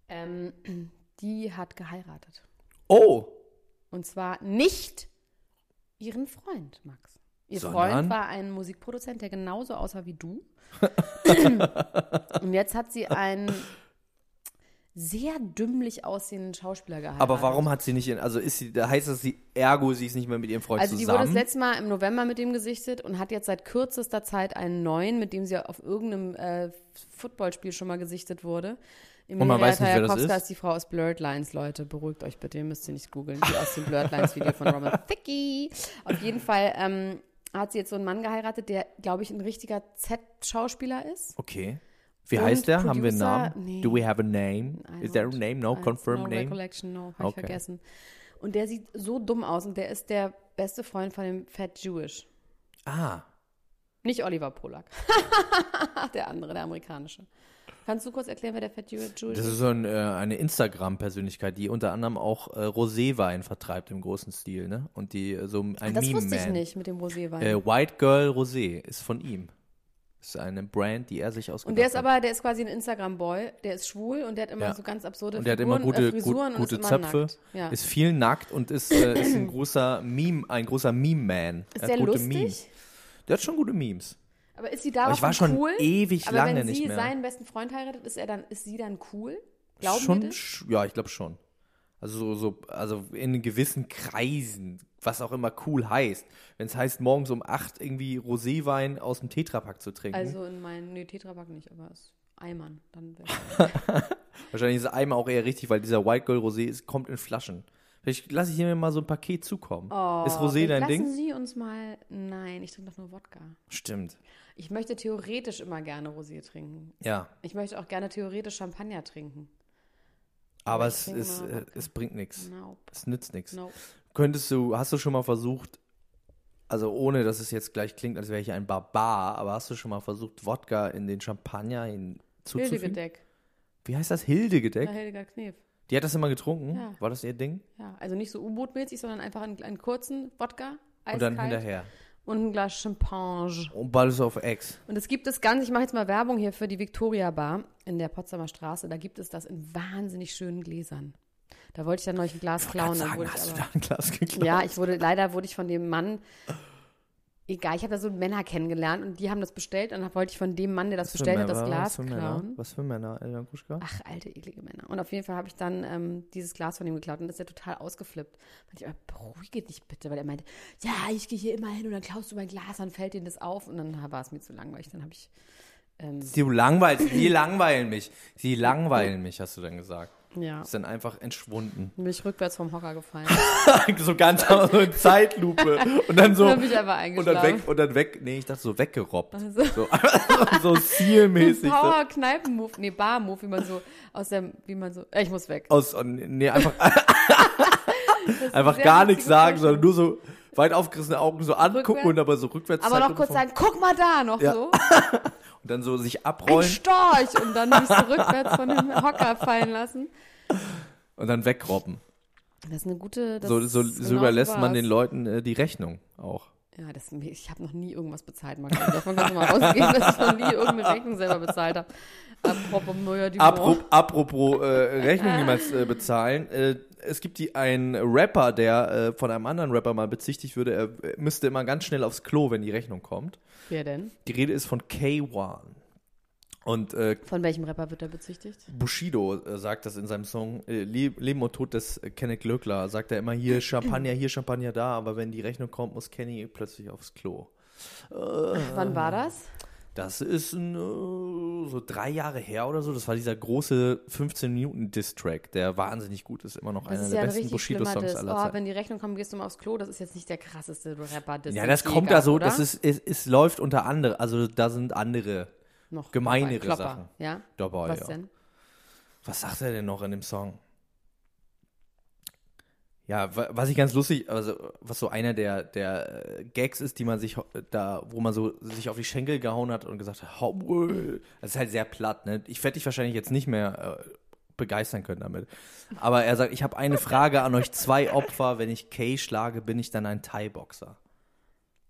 Ähm, die hat geheiratet.
Oh,
Und zwar nicht ihren Freund, Max. Ihr
Sondern?
Freund war ein Musikproduzent, der genauso aussah wie du. Und jetzt hat sie einen sehr dümmlich aussehenden Schauspieler geheiratet.
aber warum hat sie nicht in, also ist sie, da heißt das sie, ergo sie ist nicht mehr mit ihrem Freund
Also die wurde das
zusammen?
letzte Mal im November mit ihm gesichtet und hat jetzt seit kürzester Zeit einen neuen, mit dem sie auf irgendeinem äh, Footballspiel schon mal gesichtet wurde.
man weiß nicht, wer das
Tajakowska
ist?
die Frau aus Blurred Lines, Leute. Beruhigt euch bitte, ihr müsst sie nicht googeln. Die aus dem Blurred Lines Video von Robert Thicke. Auf jeden Fall ähm, hat sie jetzt so einen Mann geheiratet, der, glaube ich, ein richtiger Z-Schauspieler ist.
Okay. Wie
Und
heißt der? Haben wir einen
Producer?
Namen?
Nee.
Do we have a name?
I
Is there a
don't-
name? No
I-
confirmed
no
name?
Recollection, no, hab
Okay.
ich vergessen. Und der sieht so dumm aus und der ist der beste Freund von dem Fat Jewish.
Ah,
Nicht Oliver Polak. der andere, der amerikanische. Kannst du kurz erklären, wer der Fat Jew- Jewish
das
ist?
ist so ein, äh, eine Instagram-Persönlichkeit, die unter anderem auch äh, Roséwein vertreibt im großen Stil, ne? Und die äh, so ein
Das
Meme-Man.
wusste ich nicht mit dem Roséwein.
Äh, White Girl Rosé ist von ihm. Ist eine Brand, die er sich ausgedacht
und der ist
hat.
aber, der ist quasi ein Instagram-Boy, der ist schwul und der hat immer
Ja.
so ganz absurde
und der hat immer
Figuren,
gute,
äh, Frisuren
gut,
und ist
gute
immer
Zöpfe,
nackt. Ja.
ist viel nackt und ist, äh, ist ein großer Meme, ein großer Meme-Man. Er
Ist
hat
der
gute
lustig?
Memes. Der hat schon gute Memes.
Aber ist sie da
Aber ich war schon
cool?
ewig
Aber
lange
wenn sie
nicht mehr.
seinen besten Freund heiratet, ist er dann, ist sie dann cool? Glauben
schon,
wir das?
sch- Ja, ich glaube schon. Also so, so, also in gewissen Kreisen, was auch immer cool heißt. Wenn es heißt, morgens um 8 irgendwie Roséwein aus dem Tetrapack zu trinken.
Also in meinen, nee, Tetrapack nicht, aber ist Eimern. Dann wär-
Wahrscheinlich ist Eimer auch eher richtig, weil dieser White Girl Rosé ist, kommt in Flaschen. Vielleicht lasse ich hier mir mal so ein Paket zukommen. ist Rosé dein
Oh, Lassen
Ding?
Sie uns mal. Nein, ich trinke doch nur Wodka.
Stimmt.
Ich möchte theoretisch immer gerne Rosé trinken.
Ja.
Ich möchte auch gerne theoretisch Champagner trinken.
Aber
ich
es,
trinke
ist,
mal
äh,
Wodka.
es bringt nichts.
Nope.
Es nützt nichts.
Nope.
Könntest du, hast du schon mal versucht, also ohne dass es jetzt gleich klingt, als wäre ich ein Barbar, aber hast du schon mal versucht, Wodka in den Champagner hinzuzufügen?
Hildegedeck.
Wie heißt das?
Ja,
Hildegedeck?
Hildegard Knef.
Die hat das immer getrunken?
Ja.
War das ihr Ding?
Ja, also nicht so U-Boot-mäßig, sondern einfach einen, einen kurzen Wodka.
Und dann
eiskalt,
hinterher.
Und ein Glas Champagne.
Und Balls auf Ex.
Und es gibt es ganz, ich mache jetzt mal Werbung hier für die Victoria Bar in der Potsdamer Straße. Da gibt es das in wahnsinnig schönen Gläsern. Da wollte ich dann neulich ein Glas klauen. dann
Sagen,
wurde ich
hast du
aber-
da ein Glas geklaut?
Ja, ich wurde, leider wurde ich von dem Mann, egal, ich habe da so Männer kennengelernt und die haben das bestellt und dann wollte ich von dem Mann, der das
Was für
bestellt hat, das
Männer?
Glas
was für Männer?
klauen.
Was für Männer, Elena Gruschka?
Ach, alte, eklige Männer. Und auf jeden Fall habe ich dann ähm, dieses Glas von ihm geklaut und ist er total ausgeflippt. Meinte ich, aber beruhige dich bitte, weil er meinte, ja, ich gehe hier immer hin und dann klaust du mein Glas, dann fällt dir das auf und dann war es mir zu langweilig. Dann habe ich, ähm,
Sie langweilen, sie langweilen mich. Sie langweilen mich, hast du dann gesagt.
ja,
Ist dann einfach entschwunden.
bin ich rückwärts vom Hocker gefallen.
so ganz so in Zeitlupe. Und dann so.
Dann bin ich einfach
und dann
eingeschlafen.
weg, und dann weg. Nee, ich dachte so weggerobbt.
Also-
So, so zielmäßig. So.
Power-Kneipen-Move, nee, Bar-Move, wie man so aus der, wie man so, äh, ich muss weg.
Aus, oh, nee, einfach, einfach
sehr
gar
witzige
nichts
Vorstellung.
sagen, sondern nur so weit aufgerissene Augen so angucken
Rückwärts.
und aber so rückwärts
Aber noch
Zeitlupe
kurz
vor-
sagen, guck mal da noch
Ja.
so.
Und dann so sich
Ein
abrollen
Storch. Und dann mich so rückwärts von dem Hocker fallen lassen.
und dann wegrobben.
Das ist eine gute, das
So, so,
ist
so
genau
überlässt
war's.
man den Leuten äh, die Rechnung auch.
Ja, das, ich habe noch nie irgendwas bezahlt, Max. Davon kannst du mal ausgehen, dass ich noch nie irgendeine Rechnung selber bezahlt habe. Apropos Möher, die
Apro apropos äh, Rechnung niemals äh, bezahlen. Äh, es gibt die einen Rapper, der äh, von einem anderen Rapper mal bezichtigt würde, er äh, müsste immer ganz schnell aufs Klo, wenn die Rechnung kommt.
Wer denn?
Die Rede ist von K1. Und äh,
Von welchem Rapper wird er bezüchtigt?
Bushido äh, sagt das in seinem Song äh, Le Leben und Tod des äh, Kenneth Glöckler. Sagt er immer hier Champagner hier, Champagner da, aber wenn die Rechnung kommt, muss Kenny plötzlich aufs Klo.
Wann war das?
Das ist ein, äh, so drei Jahre her oder so. Das war dieser große 15-Minuten-Diss-Track, der wahnsinnig gut ist. Immer noch
Das
einer
ist
der
ja ein
besten
richtig schlimmer
Bushido-Songs
Diss.
aller
Oh,
Zeiten.
wenn die Rechnung kommt, gehst du mal aufs Klo. Das ist jetzt nicht der krasseste Rapper-Diss.
Ja, das
je
kommt
gab,
da so,
oder?
das ist, es, es läuft unter andere, also da sind andere.
noch
gemeinere
Klopper.
Sachen.
Ja?
Dabei,
Was
ja.
denn?
Was sagt er denn noch in dem Song? Ja, wa- was ich ganz lustig, also was so einer der, der äh, Gags ist, die man sich ho- da, wo man so sich auf die Schenkel gehauen hat und gesagt hat, Haue. das ist halt sehr platt, ne? Ich werde dich wahrscheinlich jetzt nicht mehr äh, begeistern können damit. Aber er sagt, ich habe eine Frage an euch zwei Opfer, wenn ich Kay schlage, bin ich dann ein Thai-Boxer?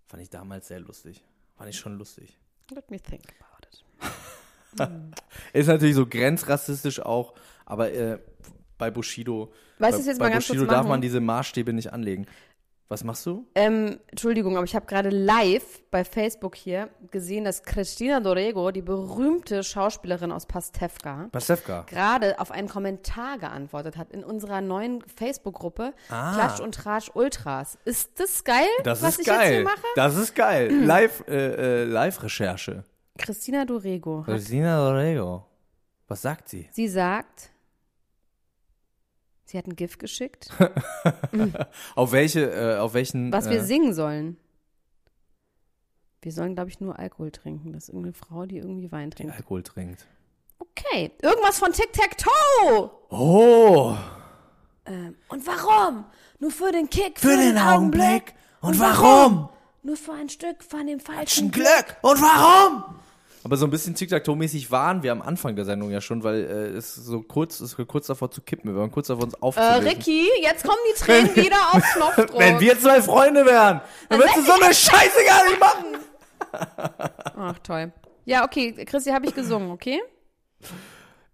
Fand ich damals sehr lustig. Fand ich schon lustig.
Let me think about it.
Ist natürlich so grenzrassistisch auch, aber äh, bei Bushido,
Weißt
bei,
du, was wir jetzt
bei
mal ganz
Bushido
kurz
darf
machen?
man diese Maßstäbe nicht anlegen. Was machst du?
Ähm, Entschuldigung, aber ich habe gerade live bei Facebook hier gesehen, dass Christina Dorego, die berühmte Schauspielerin aus Pastewka,
Pasewka.
gerade auf einen Kommentar geantwortet hat in unserer neuen Facebook-Gruppe
Ah.
Klatsch und Tratsch Ultras. Ist das geil,
Das
was
ist
ich jetzt hier
geil.
mache?
Das ist geil. Live, äh, äh, Live-Recherche.
Christina Dorego. Hat,
Rosina Dorego. Was sagt sie?
sie sagt, sie hat ein GIF geschickt,
Auf welche, äh, auf welchen.
was
äh,
wir singen sollen. Wir sollen, glaube ich, nur Alkohol trinken. Das ist irgendeine Frau, die irgendwie Wein
die
trinkt.
Alkohol trinkt.
Okay, irgendwas von Tic-Tac-Toe.
Oh!
Und warum? Nur für den Kick,
Für den Augenblick. Und warum?
Nur für ein Stück von dem
Ein
falschen
Glück. Und warum? Aber so ein bisschen Tic-Tac-Toe-mäßig waren wir am Anfang der Sendung ja schon, weil äh, es so kurz, es war kurz davor zu kippen. Wir waren kurz davor, uns
Äh,
aufzulösen.
Ricky, jetzt kommen die Tränen wieder auf Knopfdruck.
Wenn wir zwei Freunde wären, dann würdest du so eine Scheiße gar nicht machen.
Ach, toll. Ja, okay, Christi, habe ich gesungen, okay?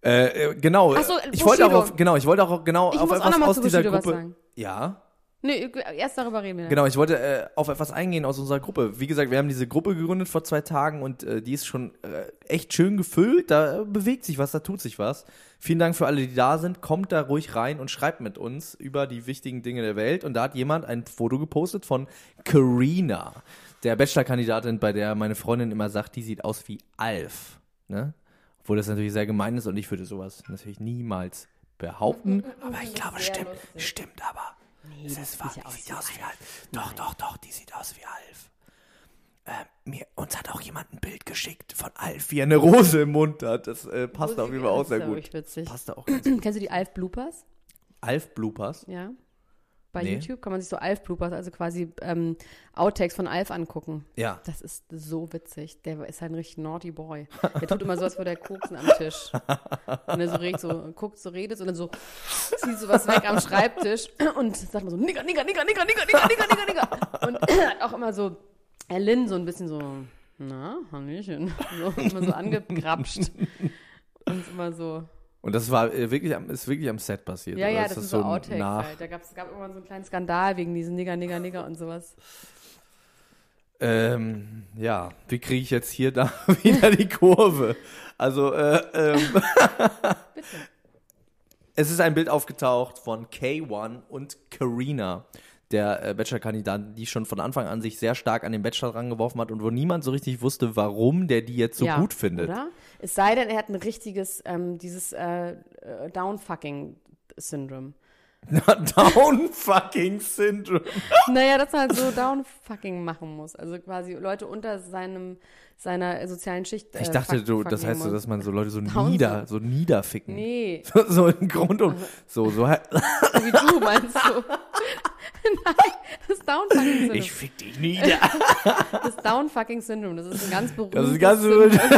Äh, äh, genau.
so,
ich wollte auch
Bushido.
auf, genau, ich wollte auch genau
Ich
auf
muss auch
etwas
noch mal
aus
zu
dieser
Bushido was
Gruppe.
sagen.
Ja.
Nee, erst darüber reden wir. dann.
Genau, ich wollte äh, auf etwas eingehen aus unserer Gruppe. Wie gesagt, wir haben diese Gruppe gegründet vor zwei Tagen und äh, die ist schon äh, echt schön gefüllt. Da äh, bewegt sich was, da tut sich was. Vielen Dank für alle, die da sind. Kommt da ruhig rein und schreibt mit uns über die wichtigen Dinge der Welt. Und da hat jemand ein Foto gepostet von Karina, der Bachelor-Kandidatin, bei der meine Freundin immer sagt, die sieht aus wie Alf. Ne? Obwohl das natürlich sehr gemein Mhm. ist und ich würde sowas natürlich niemals behaupten. Aber ich glaube, stimmt, stimmt aber. es ist wahr, die sieht aus wie Alf. Doch, doch, doch, die sieht aus wie Alf. Ähm, mir, uns hat auch jemand ein Bild geschickt von Alf, wie er eine Rose im Mund hat. Das äh, passt auf jeden Fall auch sehr
Das ist
gut.
wirklich witzig.
Passt da auch ganz gut.
Kennst du die Alf Bloopers?
Alf Bloopers?
Ja. Bei
Nee.
YouTube kann man sich so Alf Bloopers, also quasi ähm, Outtakes von Alf angucken.
Ja.
Das ist so witzig. Der ist halt ein richtig naughty Boy. Der tut immer so, als würde er koksen am Tisch. Und er so redet, so, guckt, so redet und dann so zieht so was weg am Schreibtisch und sagt mal so, nigger, nigger, nigger, nigger, nigger, nigger, nigger, nigger, nigger. Und hat auch immer so, er Lynn so ein bisschen so, na, Hallöchen. So, immer so angegrapscht. Und immer so,
Und das war äh, wirklich, am- ist wirklich am Set passiert.
ja,
oder?
ja,
Ist
das, sind so
ein
Outtakes
nach,
halt. Da gab's, gab immer so einen kleinen Skandal wegen diesen Nigger, Nigger, Nigger und sowas.
Ähm, ja, wie kriege ich jetzt hier da wieder die Kurve? Also, äh, ähm, es ist ein Bild aufgetaucht von K1 und Karina, der äh, Bachelor-Kandidatin, die schon von Anfang an sich sehr stark an den Bachelor rangeworfen hat und wo niemand so richtig wusste, warum der die jetzt so
ja,
gut findet.
Oder? Es sei denn, er hat ein richtiges, ähm, dieses äh, äh, Downfucking-Syndrom.
Down-fucking-Syndrome.
Naja, dass er halt so Downfucking machen muss. Also quasi Leute unter seinem, seiner sozialen Schicht. Äh,
Ich dachte,
fuck-
du, das
fucken
heißt so,
muss.
dass man so Leute so
Down-
nieder, so niederficken.
Nee, Also
So im Grund und so, so halt.
so wie du meinst du. Nein, das Downfucking-Syndrom.
Ich fick dich nieder.
Das Downfucking-Syndrom, das ist ein ganz berühmtes
Das ist ganz
Syndrom
wild.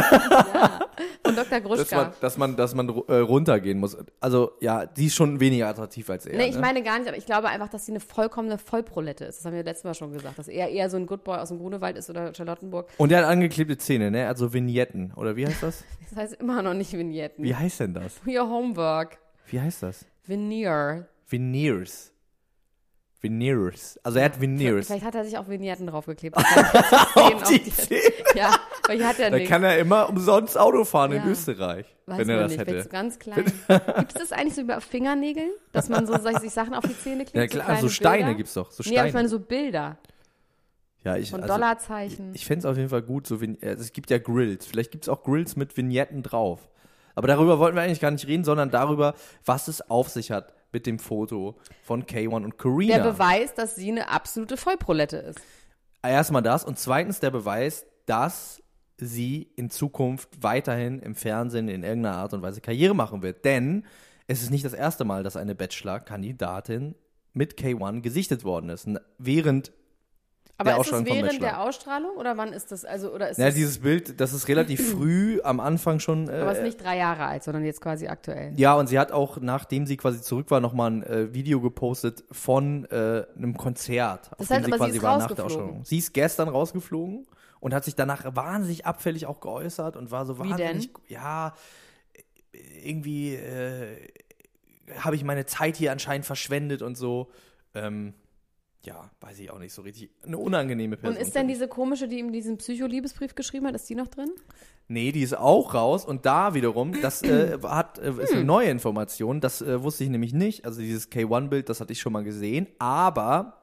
von Dr.
dass
Gruschka.
man, dass man, dass man ru- äh, runtergehen muss. Also ja, die ist schon weniger attraktiv als er.
Nee, ich
ne?
meine gar nicht, aber ich glaube einfach, dass sie eine vollkommene Vollprolette ist. Das haben wir letztes Mal schon gesagt, dass er eher so ein Good Boy aus dem Grunewald ist oder Charlottenburg.
Und er hat angeklebte Zähne, ne? Also Vignetten. Oder wie heißt das?
Das heißt immer noch nicht Vignetten.
Wie heißt denn das?
Do your homework.
Wie heißt das?
Veneer.
Veneers. Veneers. Also er hat Veneers.
Vielleicht hat er sich auch Vignetten draufgeklebt. auf
Die Zähne.
Ja, weil hier hat er
Da
nichts.
kann er immer umsonst Auto fahren in
Ja.
Österreich.
Weiß
wenn
man
er das
nicht, vielleicht so
hätte.
ganz klein. Gibt es das eigentlich so über Fingernägeln, dass man so sich sich Sachen auf die Zähne klebt?
Ja klar,
kleine
so Steine
Bilder?
gibt's doch. So
Nee, aber ich meine
Steine.
so Bilder
Ja, ich,
und
also,
Dollarzeichen.
ich fänd's auf jeden Fall gut, so Vign- also es gibt ja Grills. Vielleicht gibt's auch Grills mit Vignetten drauf. Aber darüber wollten wir eigentlich gar nicht reden, sondern darüber, was es auf sich hat mit dem Foto von K1 und Karina.
der Beweis, dass sie eine absolute Vollprolette ist.
Erstmal das und zweitens der Beweis, dass sie in Zukunft weiterhin im Fernsehen in irgendeiner Art und Weise Karriere machen wird. Denn es ist nicht das erste Mal, dass eine Bachelor-Kandidatin mit K1 gesichtet worden ist. N- Während
Aber
Der
ist es
Ausstrahlung vom
während der
Bachelor.
Ausstrahlung oder wann ist das? Also, oder ist
na,
das,
dieses Bild, das ist relativ früh am Anfang schon. Äh,
aber es ist nicht drei Jahre alt, sondern jetzt quasi aktuell.
Ja, und sie hat auch, nachdem sie quasi zurück war, nochmal ein äh, Video gepostet von äh, einem Konzert, auf
Das heißt,
dem
aber sie ist rausgeflogen.
Ausstellung. Sie ist gestern rausgeflogen und hat sich danach wahnsinnig abfällig auch geäußert und war so
Wie
wahnsinnig, ja, irgendwie äh, habe ich meine Zeit hier anscheinend verschwendet und so. Ähm, ja, weiß ich auch nicht so richtig. Eine unangenehme Person.
Und ist denn
finde ich.
diese komische, die ihm diesen Psycho-Liebesbrief geschrieben hat, ist die noch drin?
Nee, die ist auch raus und da wiederum, das äh, hat, äh, ist eine
Hm.
neue Information, das äh, wusste ich nämlich nicht. Also dieses K1-Bild, das hatte ich schon mal gesehen, aber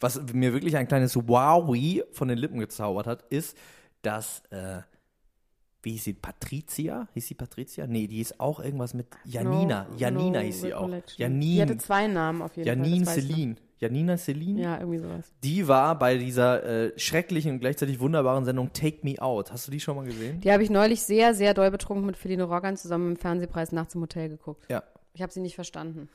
was mir wirklich ein kleines Wowie von den Lippen gezaubert hat, ist, dass, äh, wie hieß sie, Patricia? Hieß sie Patricia? Nee, die ist auch irgendwas mit Janina.
No-
Janina
no
hieß sie auch.
recollection. Die hatte
Janine,
zwei Namen auf jeden
Janine
Fall. das weiß ich
Celine. Janina Celine?
noch. Ja, irgendwie sowas.
Die war bei dieser äh, schrecklichen und gleichzeitig wunderbaren Sendung Take Me Out. Hast du die schon mal gesehen?
Die habe ich neulich sehr, sehr doll betrunken mit Feline Rogan zusammen im Fernsehpreis nachts im Hotel geguckt.
Ja.
Ich habe sie nicht verstanden.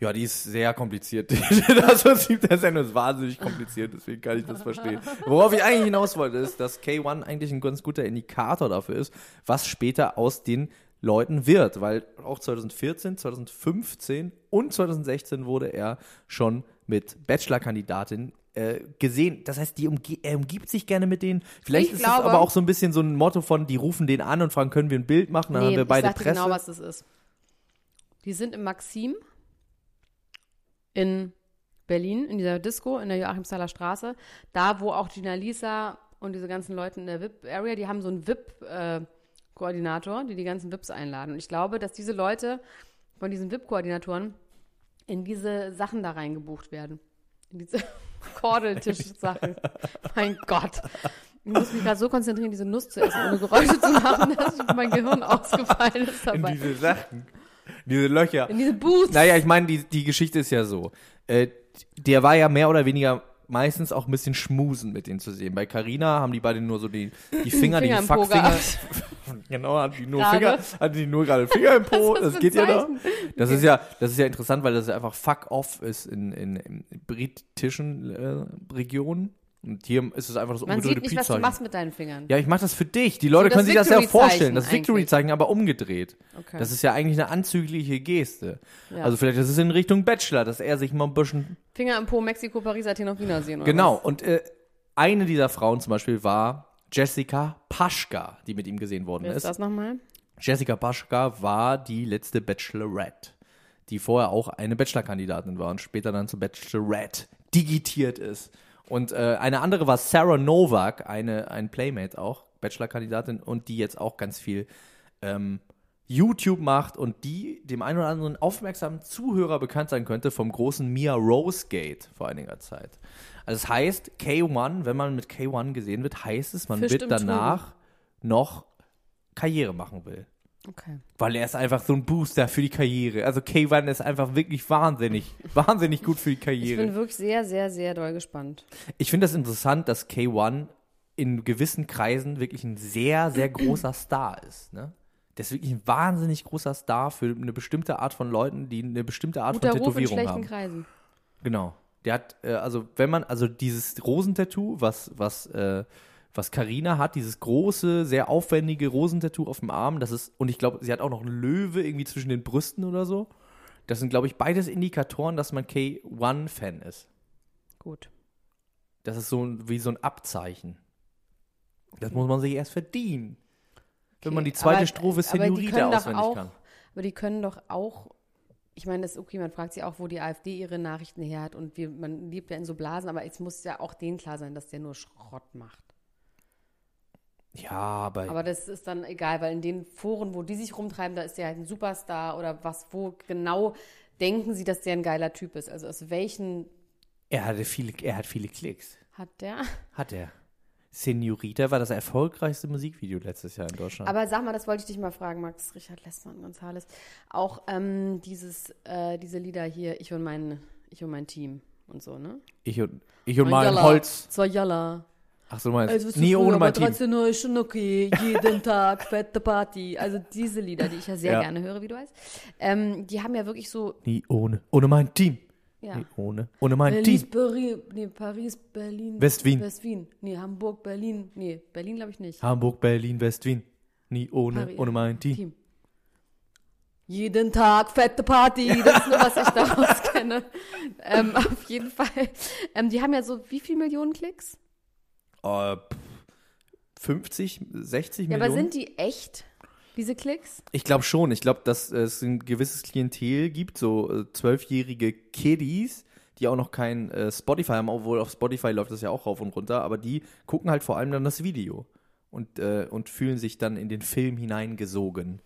Ja, die ist sehr kompliziert. Das Prinzip der Sendung ist wahnsinnig kompliziert, deswegen kann ich das verstehen. Worauf ich eigentlich hinaus wollte, ist, dass K1 eigentlich ein ganz guter Indikator dafür ist, was später aus den Leuten wird, weil auch 2014, 2015 und 2016 wurde er schon mit Bachelor-Kandidatin äh, gesehen. Das heißt, die umge er umgibt sich gerne mit denen. Vielleicht
Ich
ist es
glaube-
aber auch so ein bisschen so ein Motto von, die rufen den an und fragen, können wir ein Bild machen? Dann haben wir
ich
beide
sag dir
Presse.
genau, was das ist. Die sind im Maxim in Berlin, in dieser Disco, in der Joachimsthaler Straße, da wo auch Gina Lisa und diese ganzen Leute in der VIP-Area, die haben so einen VIP-Koordinator, äh, die die ganzen VIPs einladen. Und ich glaube, dass diese Leute von diesen VIP-Koordinatoren in diese Sachen da reingebucht werden. In diese Kordeltisch-Sachen. mein Gott. Ich muss mich gerade so konzentrieren, diese Nuss zu essen, ohne Geräusche zu machen, dass mein Gehirn ausgefallen ist
in
dabei.
diese Sachen, diese Löcher.
In diese Booths.
Naja, ich meine, die, die Geschichte ist ja so. Äh, der war ja mehr oder weniger meistens auch ein bisschen schmusen mit denen zu sehen. Bei Carina haben die beiden nur so die, die
Finger
Finger, die
im Po
Fuckfinger.
gehabt.
genau, hatten die nur
Gerade.
Finger, hatten die nur gerade Finger im Po.
Was
Das,
ist das
geht
für ein
ja noch.
Zeichen?
Das ist ja, das ist ja interessant, weil das ja einfach fuck off ist in, in, in britischen äh, Regionen. Und hier ist es einfach das
Man
umgedrehte
sieht nicht, was du
Peace-Zeichen.
machst mit deinen Fingern.
Ja, ich mache das für dich. Die Leute
das
können sich das ja
Victory-Zeichen
vorstellen. Das
eigentlich.
Victory-Zeichen, aber umgedreht.
Okay.
Das ist ja eigentlich eine anzügliche Geste. Also vielleicht ist es in Richtung Bachelor, dass er sich mal ein bisschen
Finger im Po, Mexiko, Paris, Athen auf Wiedersehen. Oder
Genau,
was?
und äh, eine dieser Frauen zum Beispiel war Jessica Paschka, die mit ihm gesehen worden
Wer ist
ist.
das nochmal?
Jessica Paschka war die letzte Bachelorette, die vorher auch eine Bachelorkandidatin war und später dann zur Bachelorette digitiert ist. Und äh, eine andere war Sarah Novak, eine, ein Playmate auch, Bachelorkandidatin, und die jetzt auch ganz viel ähm, YouTube macht und die dem einen oder anderen aufmerksamen Zuhörer bekannt sein könnte vom großen Mia Rose Gate vor einiger Zeit. Also es heißt K1, wenn man mit K1 gesehen wird, heißt es, man
Fischt
wird
im
danach noch Karriere machen will.
Okay.
Weil er ist einfach so ein Booster für die Karriere. Also K1 ist einfach wirklich wahnsinnig, wahnsinnig gut für die
Ich bin
Karriere.
wirklich sehr, sehr, sehr doll gespannt.
Ich finde das interessant, dass K1 in gewissen Kreisen wirklich ein sehr, sehr großer Star ist. Ne? Der ist wirklich ein wahnsinnig großer Star für eine bestimmte Art von Leuten, die eine bestimmte Art
Guter
von
Ruf in
Tätowierung
schlechten
haben.
Kreisen.
Genau. Der hat, äh, also wenn man, also dieses Rosentattoo, was, was, äh, was Karina hat, dieses große, sehr aufwendige Rosentattoo auf dem Arm, das ist, und ich glaube, sie hat auch noch einen Löwe irgendwie zwischen den Brüsten oder so. Das sind, glaube ich, beides Indikatoren, dass man K1-Fan ist.
Gut.
Das ist so ein- wie so ein Abzeichen. Das muss man sich erst verdienen. Wenn man die zweite
aber-
Strophe
aber die können
Senorita
doch
auswendig
auch-
kann.
Aber die können doch auch, ich meine, das ist okay, man fragt sich auch, wo die AfD ihre Nachrichten her hat und wir, man lebt ja in so Blasen, aber jetzt muss ja auch denen klar sein, dass der nur Schrott macht.
Ja, aber,
Aber das ist dann egal, weil in den Foren, wo die sich rumtreiben, da ist der halt ein Superstar oder was, wo genau denken sie, dass der ein geiler Typ ist. Also aus welchen
er, hatte viele, er hat viele Klicks.
hat der?
Hat er. Senorita war das erfolgreichste Musikvideo letztes Jahr in Deutschland.
Aber sag mal, das wollte ich dich mal fragen, Max, Richard Lessmann, Gonzales. Auch ähm, dieses, äh, diese Lieder hier, ich und mein, ich und mein Team und so, ne?
ich und, ich und mein Holz.
Zwar Jalla.
Ach so, du meinst
Also, was
nie
du früher,
ohne mein
aber
Team.
13 Uhr ist schon okay, jeden Tag, fette Party. Also diese Lieder, die ich ja sehr
Ja.
gerne höre, wie du weißt. Ähm, die haben ja wirklich so,
Nie ohne, ohne mein Team.
ja.
Nie ohne, ohne mein
Berlin,
Team.
Paris, nee, Paris, Berlin.
West-Wien.
West-Wien. Nee, Hamburg, Berlin. Nee, Berlin glaube ich nicht.
Hamburg, Berlin, West-Wien. Nie ohne,
Paris,
ohne mein Team.
Team. Jeden Tag fette Party. Das ist nur, was ich daraus kenne. Ähm, auf jeden Fall. Ähm, die haben ja so, wie viel Millionen Klicks?
Äh, pff, 50, 60
Ja,
Millionen?
aber sind die echt, diese Klicks?
Ich glaube schon. Ich glaube, dass es ein gewisses Klientel gibt, so äh, zwölfjährige Kiddies, die auch noch kein äh, Spotify haben, obwohl auf Spotify läuft das ja auch rauf und runter, aber die gucken halt vor allem dann das Video und, äh, und fühlen sich dann in den Film hineingesogen.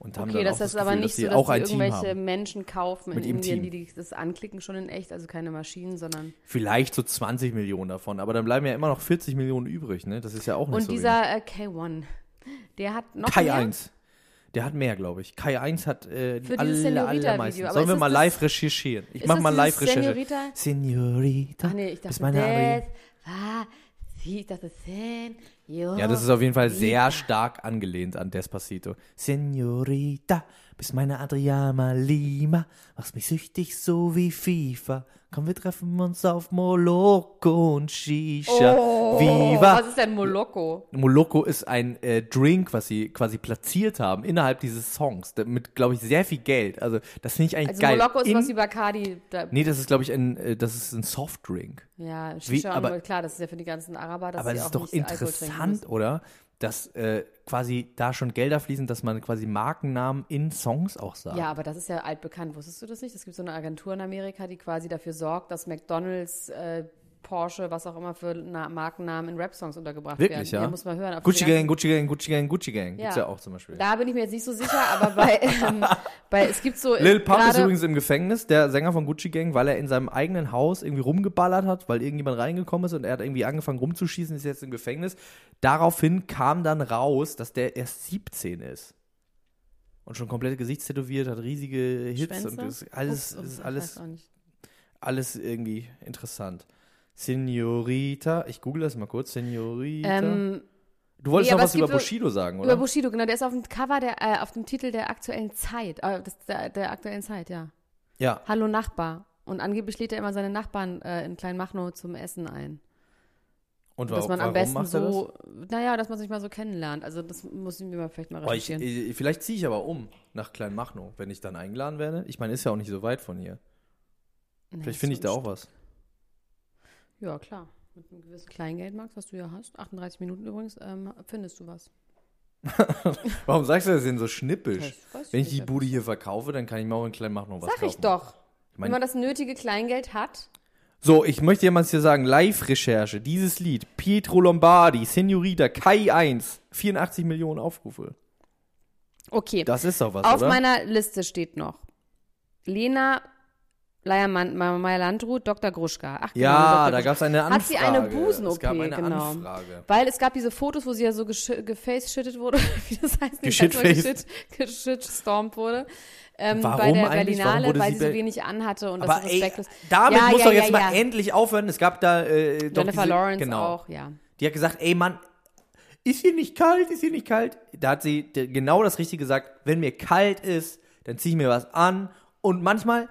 Und haben
Okay,
dann
das
auch das
ist aber
Gefühl,
nicht
dass
so,
sie
dass
auch
die
ein Team
irgendwelche
haben.
Menschen kaufen in
Mit ihrem
Indien,
Team.
die die- das anklicken schon in echt, also keine Maschinen, sondern.
Vielleicht so 20 Millionen davon, aber dann bleiben ja immer noch 40 Millionen übrig, ne? Das ist ja auch nicht
Und
so wenig.
dieser äh, K1, der hat noch
Kai
mehr?
1. Der hat mehr, glaube ich. Kai 1 hat äh,
dieses
alle,
Senorita-Video,
allermeisten.
aber
Sollen
ist
wir
das
mal
das-
live recherchieren? Ich
ist
mach
das
mal
dieses
live Recherche.
Senorita?
Senorita.
Ach nee, ich
bist
dachte,
meine
das
Heroin.
war, sie, das ist Sen,
Ja, das ist auf jeden Fall sehr stark angelehnt an Despacito. Senorita, bist meine Adriana Lima, machst mich süchtig so wie FIFA. Komm, wir treffen uns auf Moloko und Shisha. Viva!
Oh, Was ist denn Moloko?
Moloko ist ein äh, Drink, was sie quasi platziert haben innerhalb dieses Songs. Mit, glaube ich, sehr viel Geld. Also, das finde ich eigentlich
Also
geil.
Moloko ist
In,
was wie Bacardi. Da,
nee, das ist, glaube ich, ein, äh, das ist ein Softdrink.
ja,
wie-
Shisha,
aber-
aber, klar, das ist ja für die ganzen Araber, dass
Aber
sie
es
auch
ist doch
nicht Alkohol trinken müssen.
interessant, oder? Dass äh, quasi da schon Gelder fließen, dass man quasi Markennamen in Songs auch sagt.
Ja, aber das ist ja altbekannt. Wusstest du das nicht? Es gibt so eine Agentur in Amerika, die quasi dafür sorgt, dass McDonalds, äh, Porsche, was auch immer für Na Markennamen in Rap-Songs untergebracht werden.
Wirklich, ja?
muss man hören. Auf
Gucci
die ganzen-
Gang, Gucci Gang, Gucci Gang, Gucci Gang. Gibt's ja auch zum Beispiel.
Da bin ich mir jetzt nicht so sicher, aber bei, ähm, bei es gibt so äh,
Lil Pump ist
gerade-
übrigens im Gefängnis, der Sänger von Gucci Gang, weil er in seinem eigenen Haus irgendwie rumgeballert hat, weil irgendjemand reingekommen ist und er hat irgendwie angefangen rumzuschießen, ist jetzt im Gefängnis. Daraufhin kam dann raus, dass der erst 17 ist. Und schon komplett gesichtstätowiert, hat riesige Hits
Schwänze?
und ist alles,
Ups, ups,
ist
ich weiß
alles
auch nicht.
Alles irgendwie interessant. Senorita, ich google das mal kurz. Senorita.
Ähm,
du wolltest
nee,
noch
aber
was
es gibt
über
so-
Bushido sagen,
über
oder?
Bushido, genau. Der ist auf dem Cover, der, äh, auf dem Titel der aktuellen Zeit. Äh, das, der, der aktuellen Zeit, ja.
ja.
Hallo Nachbar. Und angeblich lädt er immer seine Nachbarn äh, in Kleinmachnow zum Essen ein.
Und
dass
warum,
man am
warum
besten
macht er das?
so, naja, dass man sich mal so kennenlernt. Also das muss ich mir mal vielleicht mal
Oh, ich,
recherchieren.
ich, vielleicht ziehe ich aber um nach Kleinmachnow, wenn ich dann eingeladen werde. Ich meine, ist ja auch nicht so weit von hier.
Nee,
Vielleicht
ist
finde ich
so
da
ein
auch was.
Ja, klar. Mit einem gewissen Kleingeld, Max, was du ja hast, 38 Minuten übrigens, ähm, findest du was.
Warum sagst du das denn so schnippisch?
Das weiß ich
Wenn ich die
nicht.
Bude hier verkaufe, dann kann ich mir auch in Kleinmachnow was
Sag
kaufen.
ich doch.
mein-
Wenn man das nötige Kleingeld hat,
So, ich möchte jemand hier sagen, Live-Recherche, dieses Lied, Pietro Lombardi, Senorita, Kai 1, 84 Millionen Aufrufe.
okay.
Das ist doch was,
Auf
oder?
meiner Liste steht noch Lena Meyer-Landrut, Dr. Gruschka. Ach, genau,
ja,
Dr.
da
Gruschka.
gab es eine Anfrage.
Hat sie eine Busen-OP,
Es gab eine
genau.
Anfrage.
Weil es gab diese Fotos, wo sie ja so gesch- gefaceschüttet wurde, wie das heißt, nicht
Geschitfaced.
geschitstormt wurde. Ähm, bei
Warum
der
eigentlich? Warum
Berlinale,
wurde
weil
sie
sie so
be-
wenig anhatte und das
Aber
so
ey,
respektlos.
damit
Ja,
muss
ja,
doch jetzt
ja,
mal
ja.
endlich aufhören. Es gab da äh, doch
Jennifer
diese,
Lawrence
genau.
auch, ja.
Die hat gesagt, ey Mann, ist hier nicht kalt, ist hier nicht kalt. Da hat sie d- genau das Richtige gesagt. Wenn mir kalt ist, dann ziehe ich mir was an. Und manchmal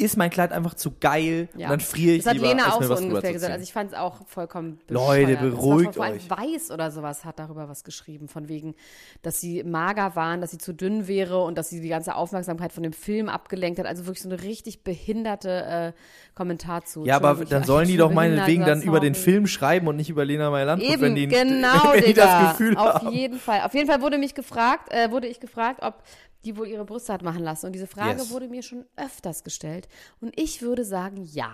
ist mein Kleid einfach zu geil.
ja.
Und dann friere ich
Das hat
lieber,
Lena
als
auch
mir
so
was drüber
ungefähr
zu
gesagt.
ziehen.
Also ich fand es auch vollkommen
Leute,
bescheuert. Das war
beruhigt
vor allem
euch.
Weiß oder sowas hat darüber was geschrieben, von wegen, dass sie mager waren, dass sie zu dünn wäre und dass sie die ganze Aufmerksamkeit von dem Film abgelenkt hat. Also wirklich so eine richtig behinderte äh, Kommentar zu.
ja, aber
Entschuldigung,
dann
ich-
sollen
ich
die doch
bin behindert,
meinetwegen dann
sorry.
über den Film schreiben und nicht über Lena Mailand,
Eben,
wenn die,
genau,
wenn die
Digga.
das Gefühl
Auf
haben.
jeden Fall. Auf jeden Fall wurde mich gefragt, äh, wurde ich gefragt, ob die wohl ihre Brüste hat machen lassen. Und diese Frage
Yes.
wurde mir schon öfters gestellt. Und ich würde sagen, ja.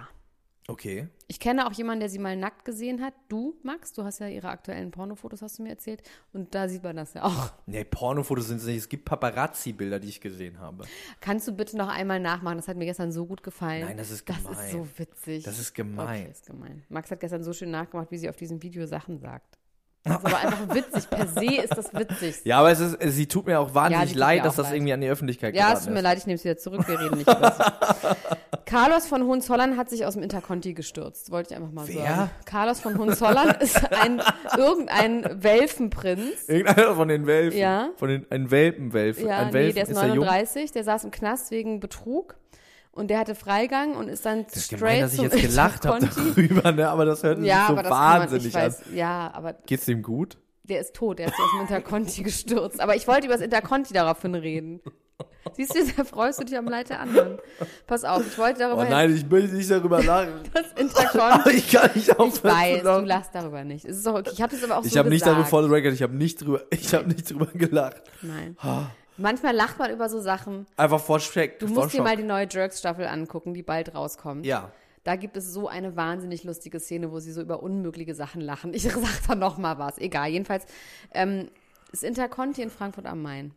Okay.
Ich kenne auch jemanden, der sie mal nackt gesehen hat. Du, Max, du hast ja ihre aktuellen Pornofotos, hast du mir erzählt. Und da sieht man das ja auch.
Nee, Pornofotos sind es nicht. Es gibt Paparazzi-Bilder, die ich gesehen habe.
Kannst du bitte noch einmal nachmachen? Das hat mir gestern so gut gefallen.
Nein, das ist
Das
gemein.
ist so witzig.
Das ist gemein.
Okay, ist gemein. Max hat gestern so schön nachgemacht, wie sie auf diesem Video Sachen sagt. Das ist aber einfach witzig. Per se ist das witzig.
Ja, aber es ist, es- sie tut mir auch wahnsinnig
tut mir
leid,
auch
dass das
leid.
irgendwie an die Öffentlichkeit
Ja,
geraten
es tut mir
ist.
leid, ich nehme es wieder zurück. Wir reden nicht über das. Carlos von Hohenzollern hat sich aus dem Interconti gestürzt, wollte ich einfach mal
Wer?
sagen. Carlos von Hohenzollern ist ein irgendein Welfenprinz.
Irgendeiner von den Welpen.
Ja.
Von den, ein Welpenwelf.
Ja,
ein
nee,
Welpen
der ist
jung.
39, der saß im Knast wegen Betrug und der hatte Freigang und ist dann
Das ist
straight
gemein, dass ich
zum
jetzt gelacht habe
Interconti.
darüber, ne? aber das hört sich
Ja,
so
aber das
wahnsinnig
kann man, ich
an.
weiß, ja, aber
Geht's dem gut?
der ist tot, der ist aus dem Interconti gestürzt. Aber ich wollte über das Interconti daraufhin reden. Siehst du, da freust du dich am Leid der anderen. Pass auf, ich wollte
Oh
darüber hin-
nein, ich möchte nicht darüber lachen. Ah,
das Interconti.
ich kann nicht aufhören
Ich
zu
weiß, du
lachen.
lachst darüber nicht. Es ist doch okay. Ich habe das aber auch
Ich
so
habe nicht
gesagt.
darüber vor the record, ich habe nicht drüber, ich habe nicht drüber gelacht.
Nein.
Ah.
Manchmal lacht man über so Sachen.
Einfach vor Schreck.
Du musst dir mal die neue Jerks-Staffel angucken, die bald rauskommt.
Ja.
Da gibt es so eine wahnsinnig lustige Szene, wo sie so über unmögliche Sachen lachen. Ich sag da noch mal was. Egal, jedenfalls. Ähm, das Interconti in Frankfurt am Main.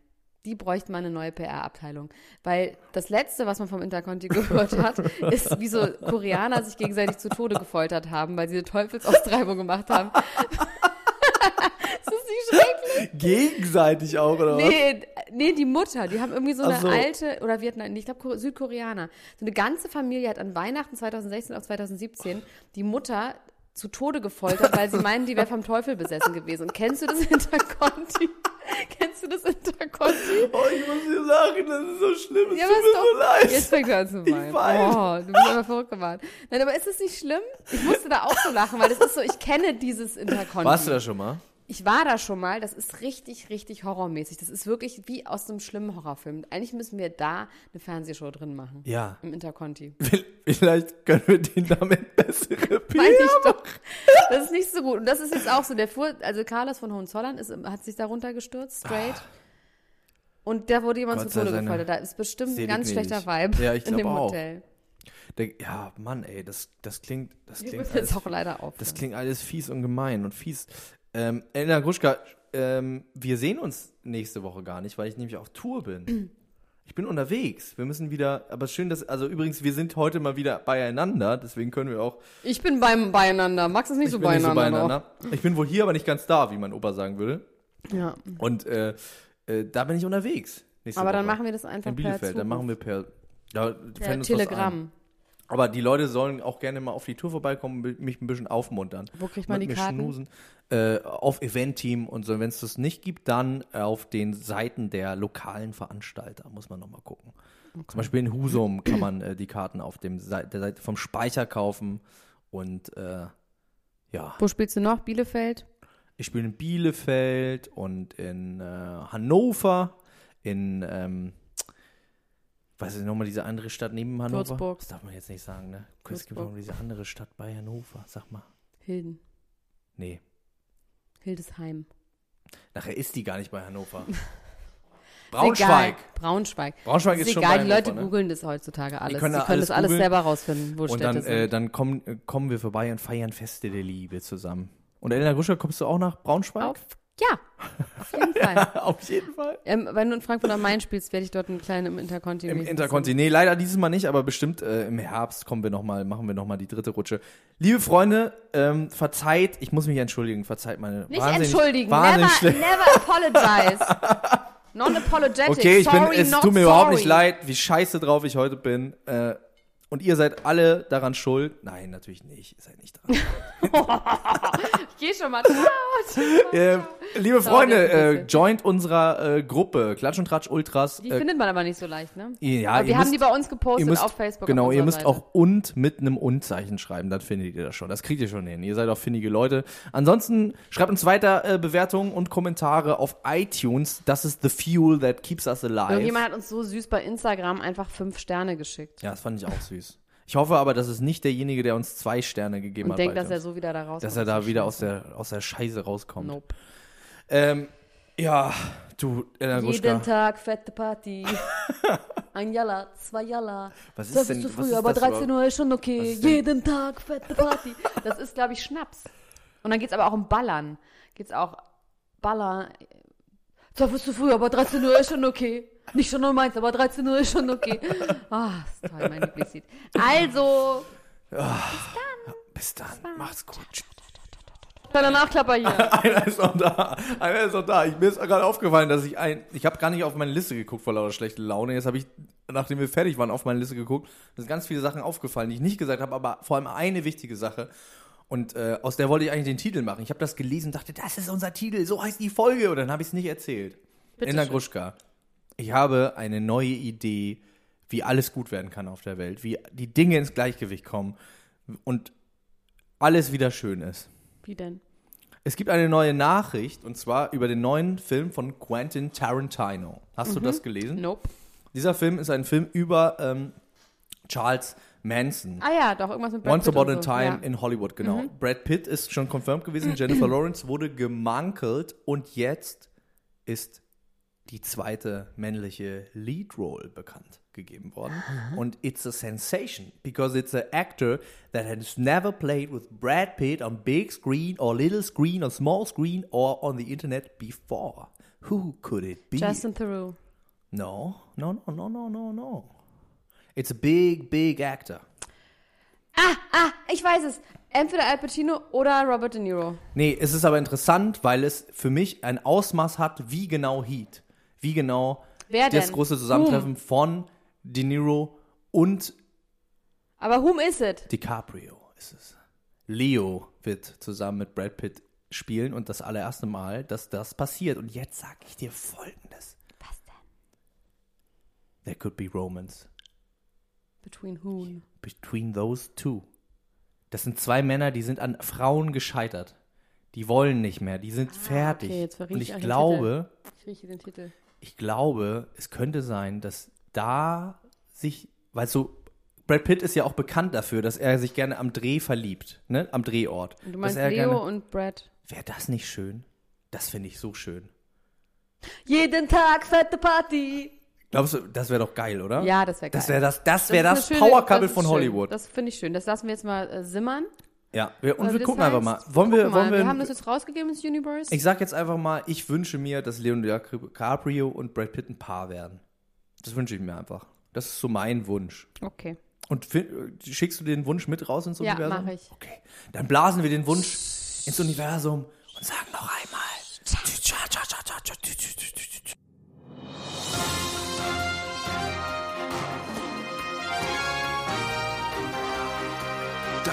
Die bräuchte mal eine neue PR-Abteilung. Weil das Letzte, was man vom Interconti gehört hat, ist, wie so Koreaner sich gegenseitig zu Tode gefoltert haben, weil sie eine Teufelsaustreibung gemacht haben. das ist nicht schrecklich.
Gegenseitig auch, oder was?
Nee, nee, die Mutter, die haben irgendwie so eine
Ach so.
alte, oder Vietnam, ich glaube Südkoreaner. So eine ganze Familie hat an Weihnachten 2016 auf 2017 die Mutter zu Tode gefoltert, weil sie meinen, die wäre vom Teufel besessen gewesen. Und kennst du das Interconti? kennst du das Interconti?
Oh, ich muss dir lachen, das ist so schlimm, es
Ja,
tut
aber
mir
ist
so leid.
Jetzt fängt er an zu
Ich
weinen.
weine.
Oh, du bist aber verrückt geworden. Nein, aber ist das nicht schlimm? Ich musste da auch so lachen, weil das ist so, ich kenne dieses Interconti.
Warst du da schon mal?
Ich war da schon mal, das ist richtig, richtig horrormäßig. Das ist wirklich wie aus einem schlimmen Horrorfilm. Eigentlich müssen wir da eine Fernsehshow drin machen.
Ja.
Im Interconti.
Vielleicht können wir denen damit bessere
Meine
Bilder
ich doch. Das ist nicht so gut. Und das ist jetzt auch so. Der Fuhr, also Carlos von Hohenzollern ist, hat sich da runtergestürzt, straight. Und da wurde jemand
Ah. Gott
zu
sei
Tode
seine
gefoltert. Da ist bestimmt ein
Seele
ganz
gnädig.
schlechter Vibe
Ja, ich
in
glaub
dem
auch.
Hotel.
Der- Ja, Mann, ey, das, das klingt, das
Wir
klingt
müssen jetzt
alles,
auch leider auf.
das klingt alles fies und gemein und fies. Ähm, Elena Gruschka, ähm, wir sehen uns nächste Woche gar nicht, weil ich nämlich auf Tour bin. Ich bin unterwegs. Wir müssen wieder, aber schön, dass, also übrigens, wir sind heute mal wieder beieinander, deswegen können wir auch,
ich bin beim Beieinander. Max ist nicht,
ich
so,
bin nicht
beieinander
so beieinander. Ich bin wohl hier, aber nicht ganz da, wie mein Opa sagen würde.
noch. Ja.
Und äh, äh, da bin ich unterwegs. nächste
Aber dann
Woche.
machen wir das einfach
in Bielefeld, dann machen wir per, da fällt
per
uns was ein.
Telegramm.
Aber die Leute sollen auch gerne mal auf die Tour vorbeikommen und mich ein bisschen aufmuntern.
Wo kriegt
Und
man
mit
die
mir
Karten?
Schnusen. Äh, auf Event-Team und so. Wenn es das nicht gibt, dann auf den Seiten der lokalen Veranstalter muss man nochmal gucken. Zum Beispiel in Husum kann man äh, die Karten auf dem Sei- der Seite vom Speicher kaufen. Und äh, ja,
Wo spielst du noch? Bielefeld?
ich spiele in Bielefeld und in äh, Hannover, in, ähm, was ist nochmal diese andere Stadt neben Hannover?
Würzburg.
Das darf man jetzt nicht sagen, ne? Es gibt
Würzburg.
nochmal diese andere Stadt bei Hannover, sag mal.
Hilden.
Nee,
Hildesheim.
nachher ist die gar nicht bei Hannover.
Ist egal.
Braunschweig.
Braunschweig.
Braunschweig ist
Ist
schon
egal,
bei
die Leute
Hannover, ne?
googeln das heutzutage alles. Die
können
können,
da alles
das alles
googeln.
selber rausfinden, wo
Und
Städte
dann,
sind.
äh, dann kommen, äh, kommen wir vorbei und feiern Feste der Liebe zusammen. Und Elena Gruscher, kommst du auch nach Braunschweig?
auf, ja, auf jeden Fall.
Auf jeden Fall.
ähm, wenn du in Frankfurt am Main spielst, werde ich dort einen kleinen im Interconti.
Im
gewesen
Interconti. Nee, leider dieses Mal nicht, aber bestimmt äh, im Herbst kommen wir noch mal, machen wir nochmal die dritte Rutsche. Liebe Freunde, ähm, verzeiht, ich muss mich entschuldigen, verzeiht meine
sein. Nicht
wahnsinnig,
entschuldigen.
Wahnsinnig
Never,
schlecht-
never apologize. Non apologetic.
Okay, ich bin,
sorry,
es
not
tut mir
sorry.
überhaupt nicht leid, wie scheiße drauf ich heute bin. Äh, und ihr seid alle daran schuld. Nein, natürlich nicht. Ihr seid nicht dran.
Ich geh schon mal. Ciao.
äh, liebe
Sorry,
Freunde,
das ist ein
äh,
bisschen.
joint unserer äh, Gruppe Klatsch und Tratsch Ultras.
Die
äh,
findet man aber nicht so leicht, ne?
ja,
aber
ihr
wir haben
müsst-
die bei uns gepostet
ihr müsst,
auf Facebook.
Genau,
auf
ihr
unserer
müsst
Seite.
auch und mit einem und-Zeichen schreiben, dann findet ihr das schon. Das kriegt ihr schon hin. Ihr seid auch findige Leute. Ansonsten schreibt uns weiter äh, Bewertungen und Kommentare auf iTunes. Das ist the fuel that keeps us
Irgendjemand
alive.
hat uns so süß bei Instagram einfach fünf Sterne geschickt.
Ja, das fand ich auch süß. Ich hoffe aber, dass es nicht derjenige, der uns zwei Sterne gegeben
Und
hat,
denkt,
bei
dass er
iTunes.
so wieder da rauskommt.
dass er da wieder aus der, aus der Scheiße rauskommt.
Nope.
Ähm, ja, du, äh, Elena Gruschka,
Jeden Tag fette Party. Ein Jalla, zwei Jalla.
was ist
Das
denn,
ist zu
was
früh,
ist
aber
das
13
überhaupt?
Uhr ist schon
Was
okay.
ist denn-
Jeden Tag fette Party.
Das ist, glaube ich, Schnaps. Und dann geht es aber auch um Ballern. Geht es auch Ballern.
äh, Zwar bist du früh, aber 13 Uhr ist schon okay. Nicht schon um meins, aber 13 Uhr ist schon okay.
Ah, ist toll, mein Lieblingslied. Also,
Bis dann, macht's gut. Tschüss.
kleiner Nachklapper hier.
Einer ist noch da. Einer ist noch da. Ich, mir ist gerade aufgefallen, dass ich ein. Ich habe gar nicht auf meine Liste geguckt vor lauter schlechter Laune. Jetzt habe ich, nachdem wir fertig waren, auf meine Liste geguckt. Es sind ganz viele Sachen aufgefallen, die ich nicht gesagt habe, aber vor allem eine wichtige Sache. Und äh, aus der wollte ich eigentlich den Titel machen. Ich habe das gelesen und dachte, das ist unser Titel, so heißt die Folge. Und dann habe ich es nicht erzählt. Inna Gruschka, ich habe eine neue Idee, wie alles gut werden kann auf der Welt, wie die Dinge ins Gleichgewicht kommen und alles wieder schön ist.
Wie denn?
Es gibt eine neue Nachricht und zwar über den neuen Film von Quentin Tarantino. Hast du das gelesen?
Nope.
Dieser Film ist ein Film über ähm, Charles Manson.
Ah ja, doch, irgendwas mit Brad
Once
Pitt
Upon a
und so.
Time
Ja. Mhm.
in Hollywood, genau. Brad Pitt ist schon confirmed gewesen, Jennifer Lawrence wurde gemankelt und jetzt ist die zweite männliche Lead Role bekannt gegeben worden. Und it's a sensation, because it's an actor that has never played with Brad Pitt on big screen or little screen or small screen or on the internet before. Who could it be?
Justin Theroux.
no, no, no, no, no, no, no. It's a big, big actor.
Ah, ah, ich weiß es. Entweder Al Pacino oder Robert De Niro.
Nee, es ist aber interessant, weil es für mich ein Ausmaß hat, wie genau Heat, wie genau
Wer
das
denn?
große Zusammentreffen von De Niro und
Aber whom is it?
DiCaprio ist es. Leo wird zusammen mit Brad Pitt spielen und das allererste Mal, dass das passiert. Und jetzt sage ich dir Folgendes. Was denn? There could be romance
Between whom?
between those two. Das sind zwei Männer, die sind an Frauen gescheitert. Die wollen nicht mehr, die sind fertig.
Ah, okay, jetzt verriet
und
ich
ich
euch den
glaube,
Ich rieche den Titel.
ich glaube, es könnte sein, dass da sich, weil so, Brad Pitt ist ja auch bekannt dafür, dass er sich gerne am Dreh verliebt, ne? Am Drehort.
Du meinst
dass er
Leo
gerne-
und Brad.
Wäre das nicht schön? Das finde ich so schön.
Jeden Tag fette Party.
Glaubst du, das wäre doch geil, oder?
Ja, das wäre geil.
Das wäre das, das,
Das
wär
ist eine
das,
schöne-
Power-Couple
das ist
von
schön.
Hollywood.
Das finde ich schön. Das lassen wir jetzt mal äh, simmern.
ja, wir, und
Weil
wir
das
gucken
heißt,
einfach mal. Wollen wir,
gucken
wollen
mal,
wir,
wir haben das jetzt rausgegeben ins Universe.
ich sag jetzt einfach mal, ich wünsche mir, dass Leonardo DiCaprio und Brad Pitt ein Paar werden. Das wünsche ich mir einfach. Das ist so mein Wunsch.
okay.
Und fi- äh, schickst du den Wunsch mit raus ins
Ja,
Universum?
mach ich.
Okay. Dann blasen wir den Wunsch ins Universum und sagen noch einmal.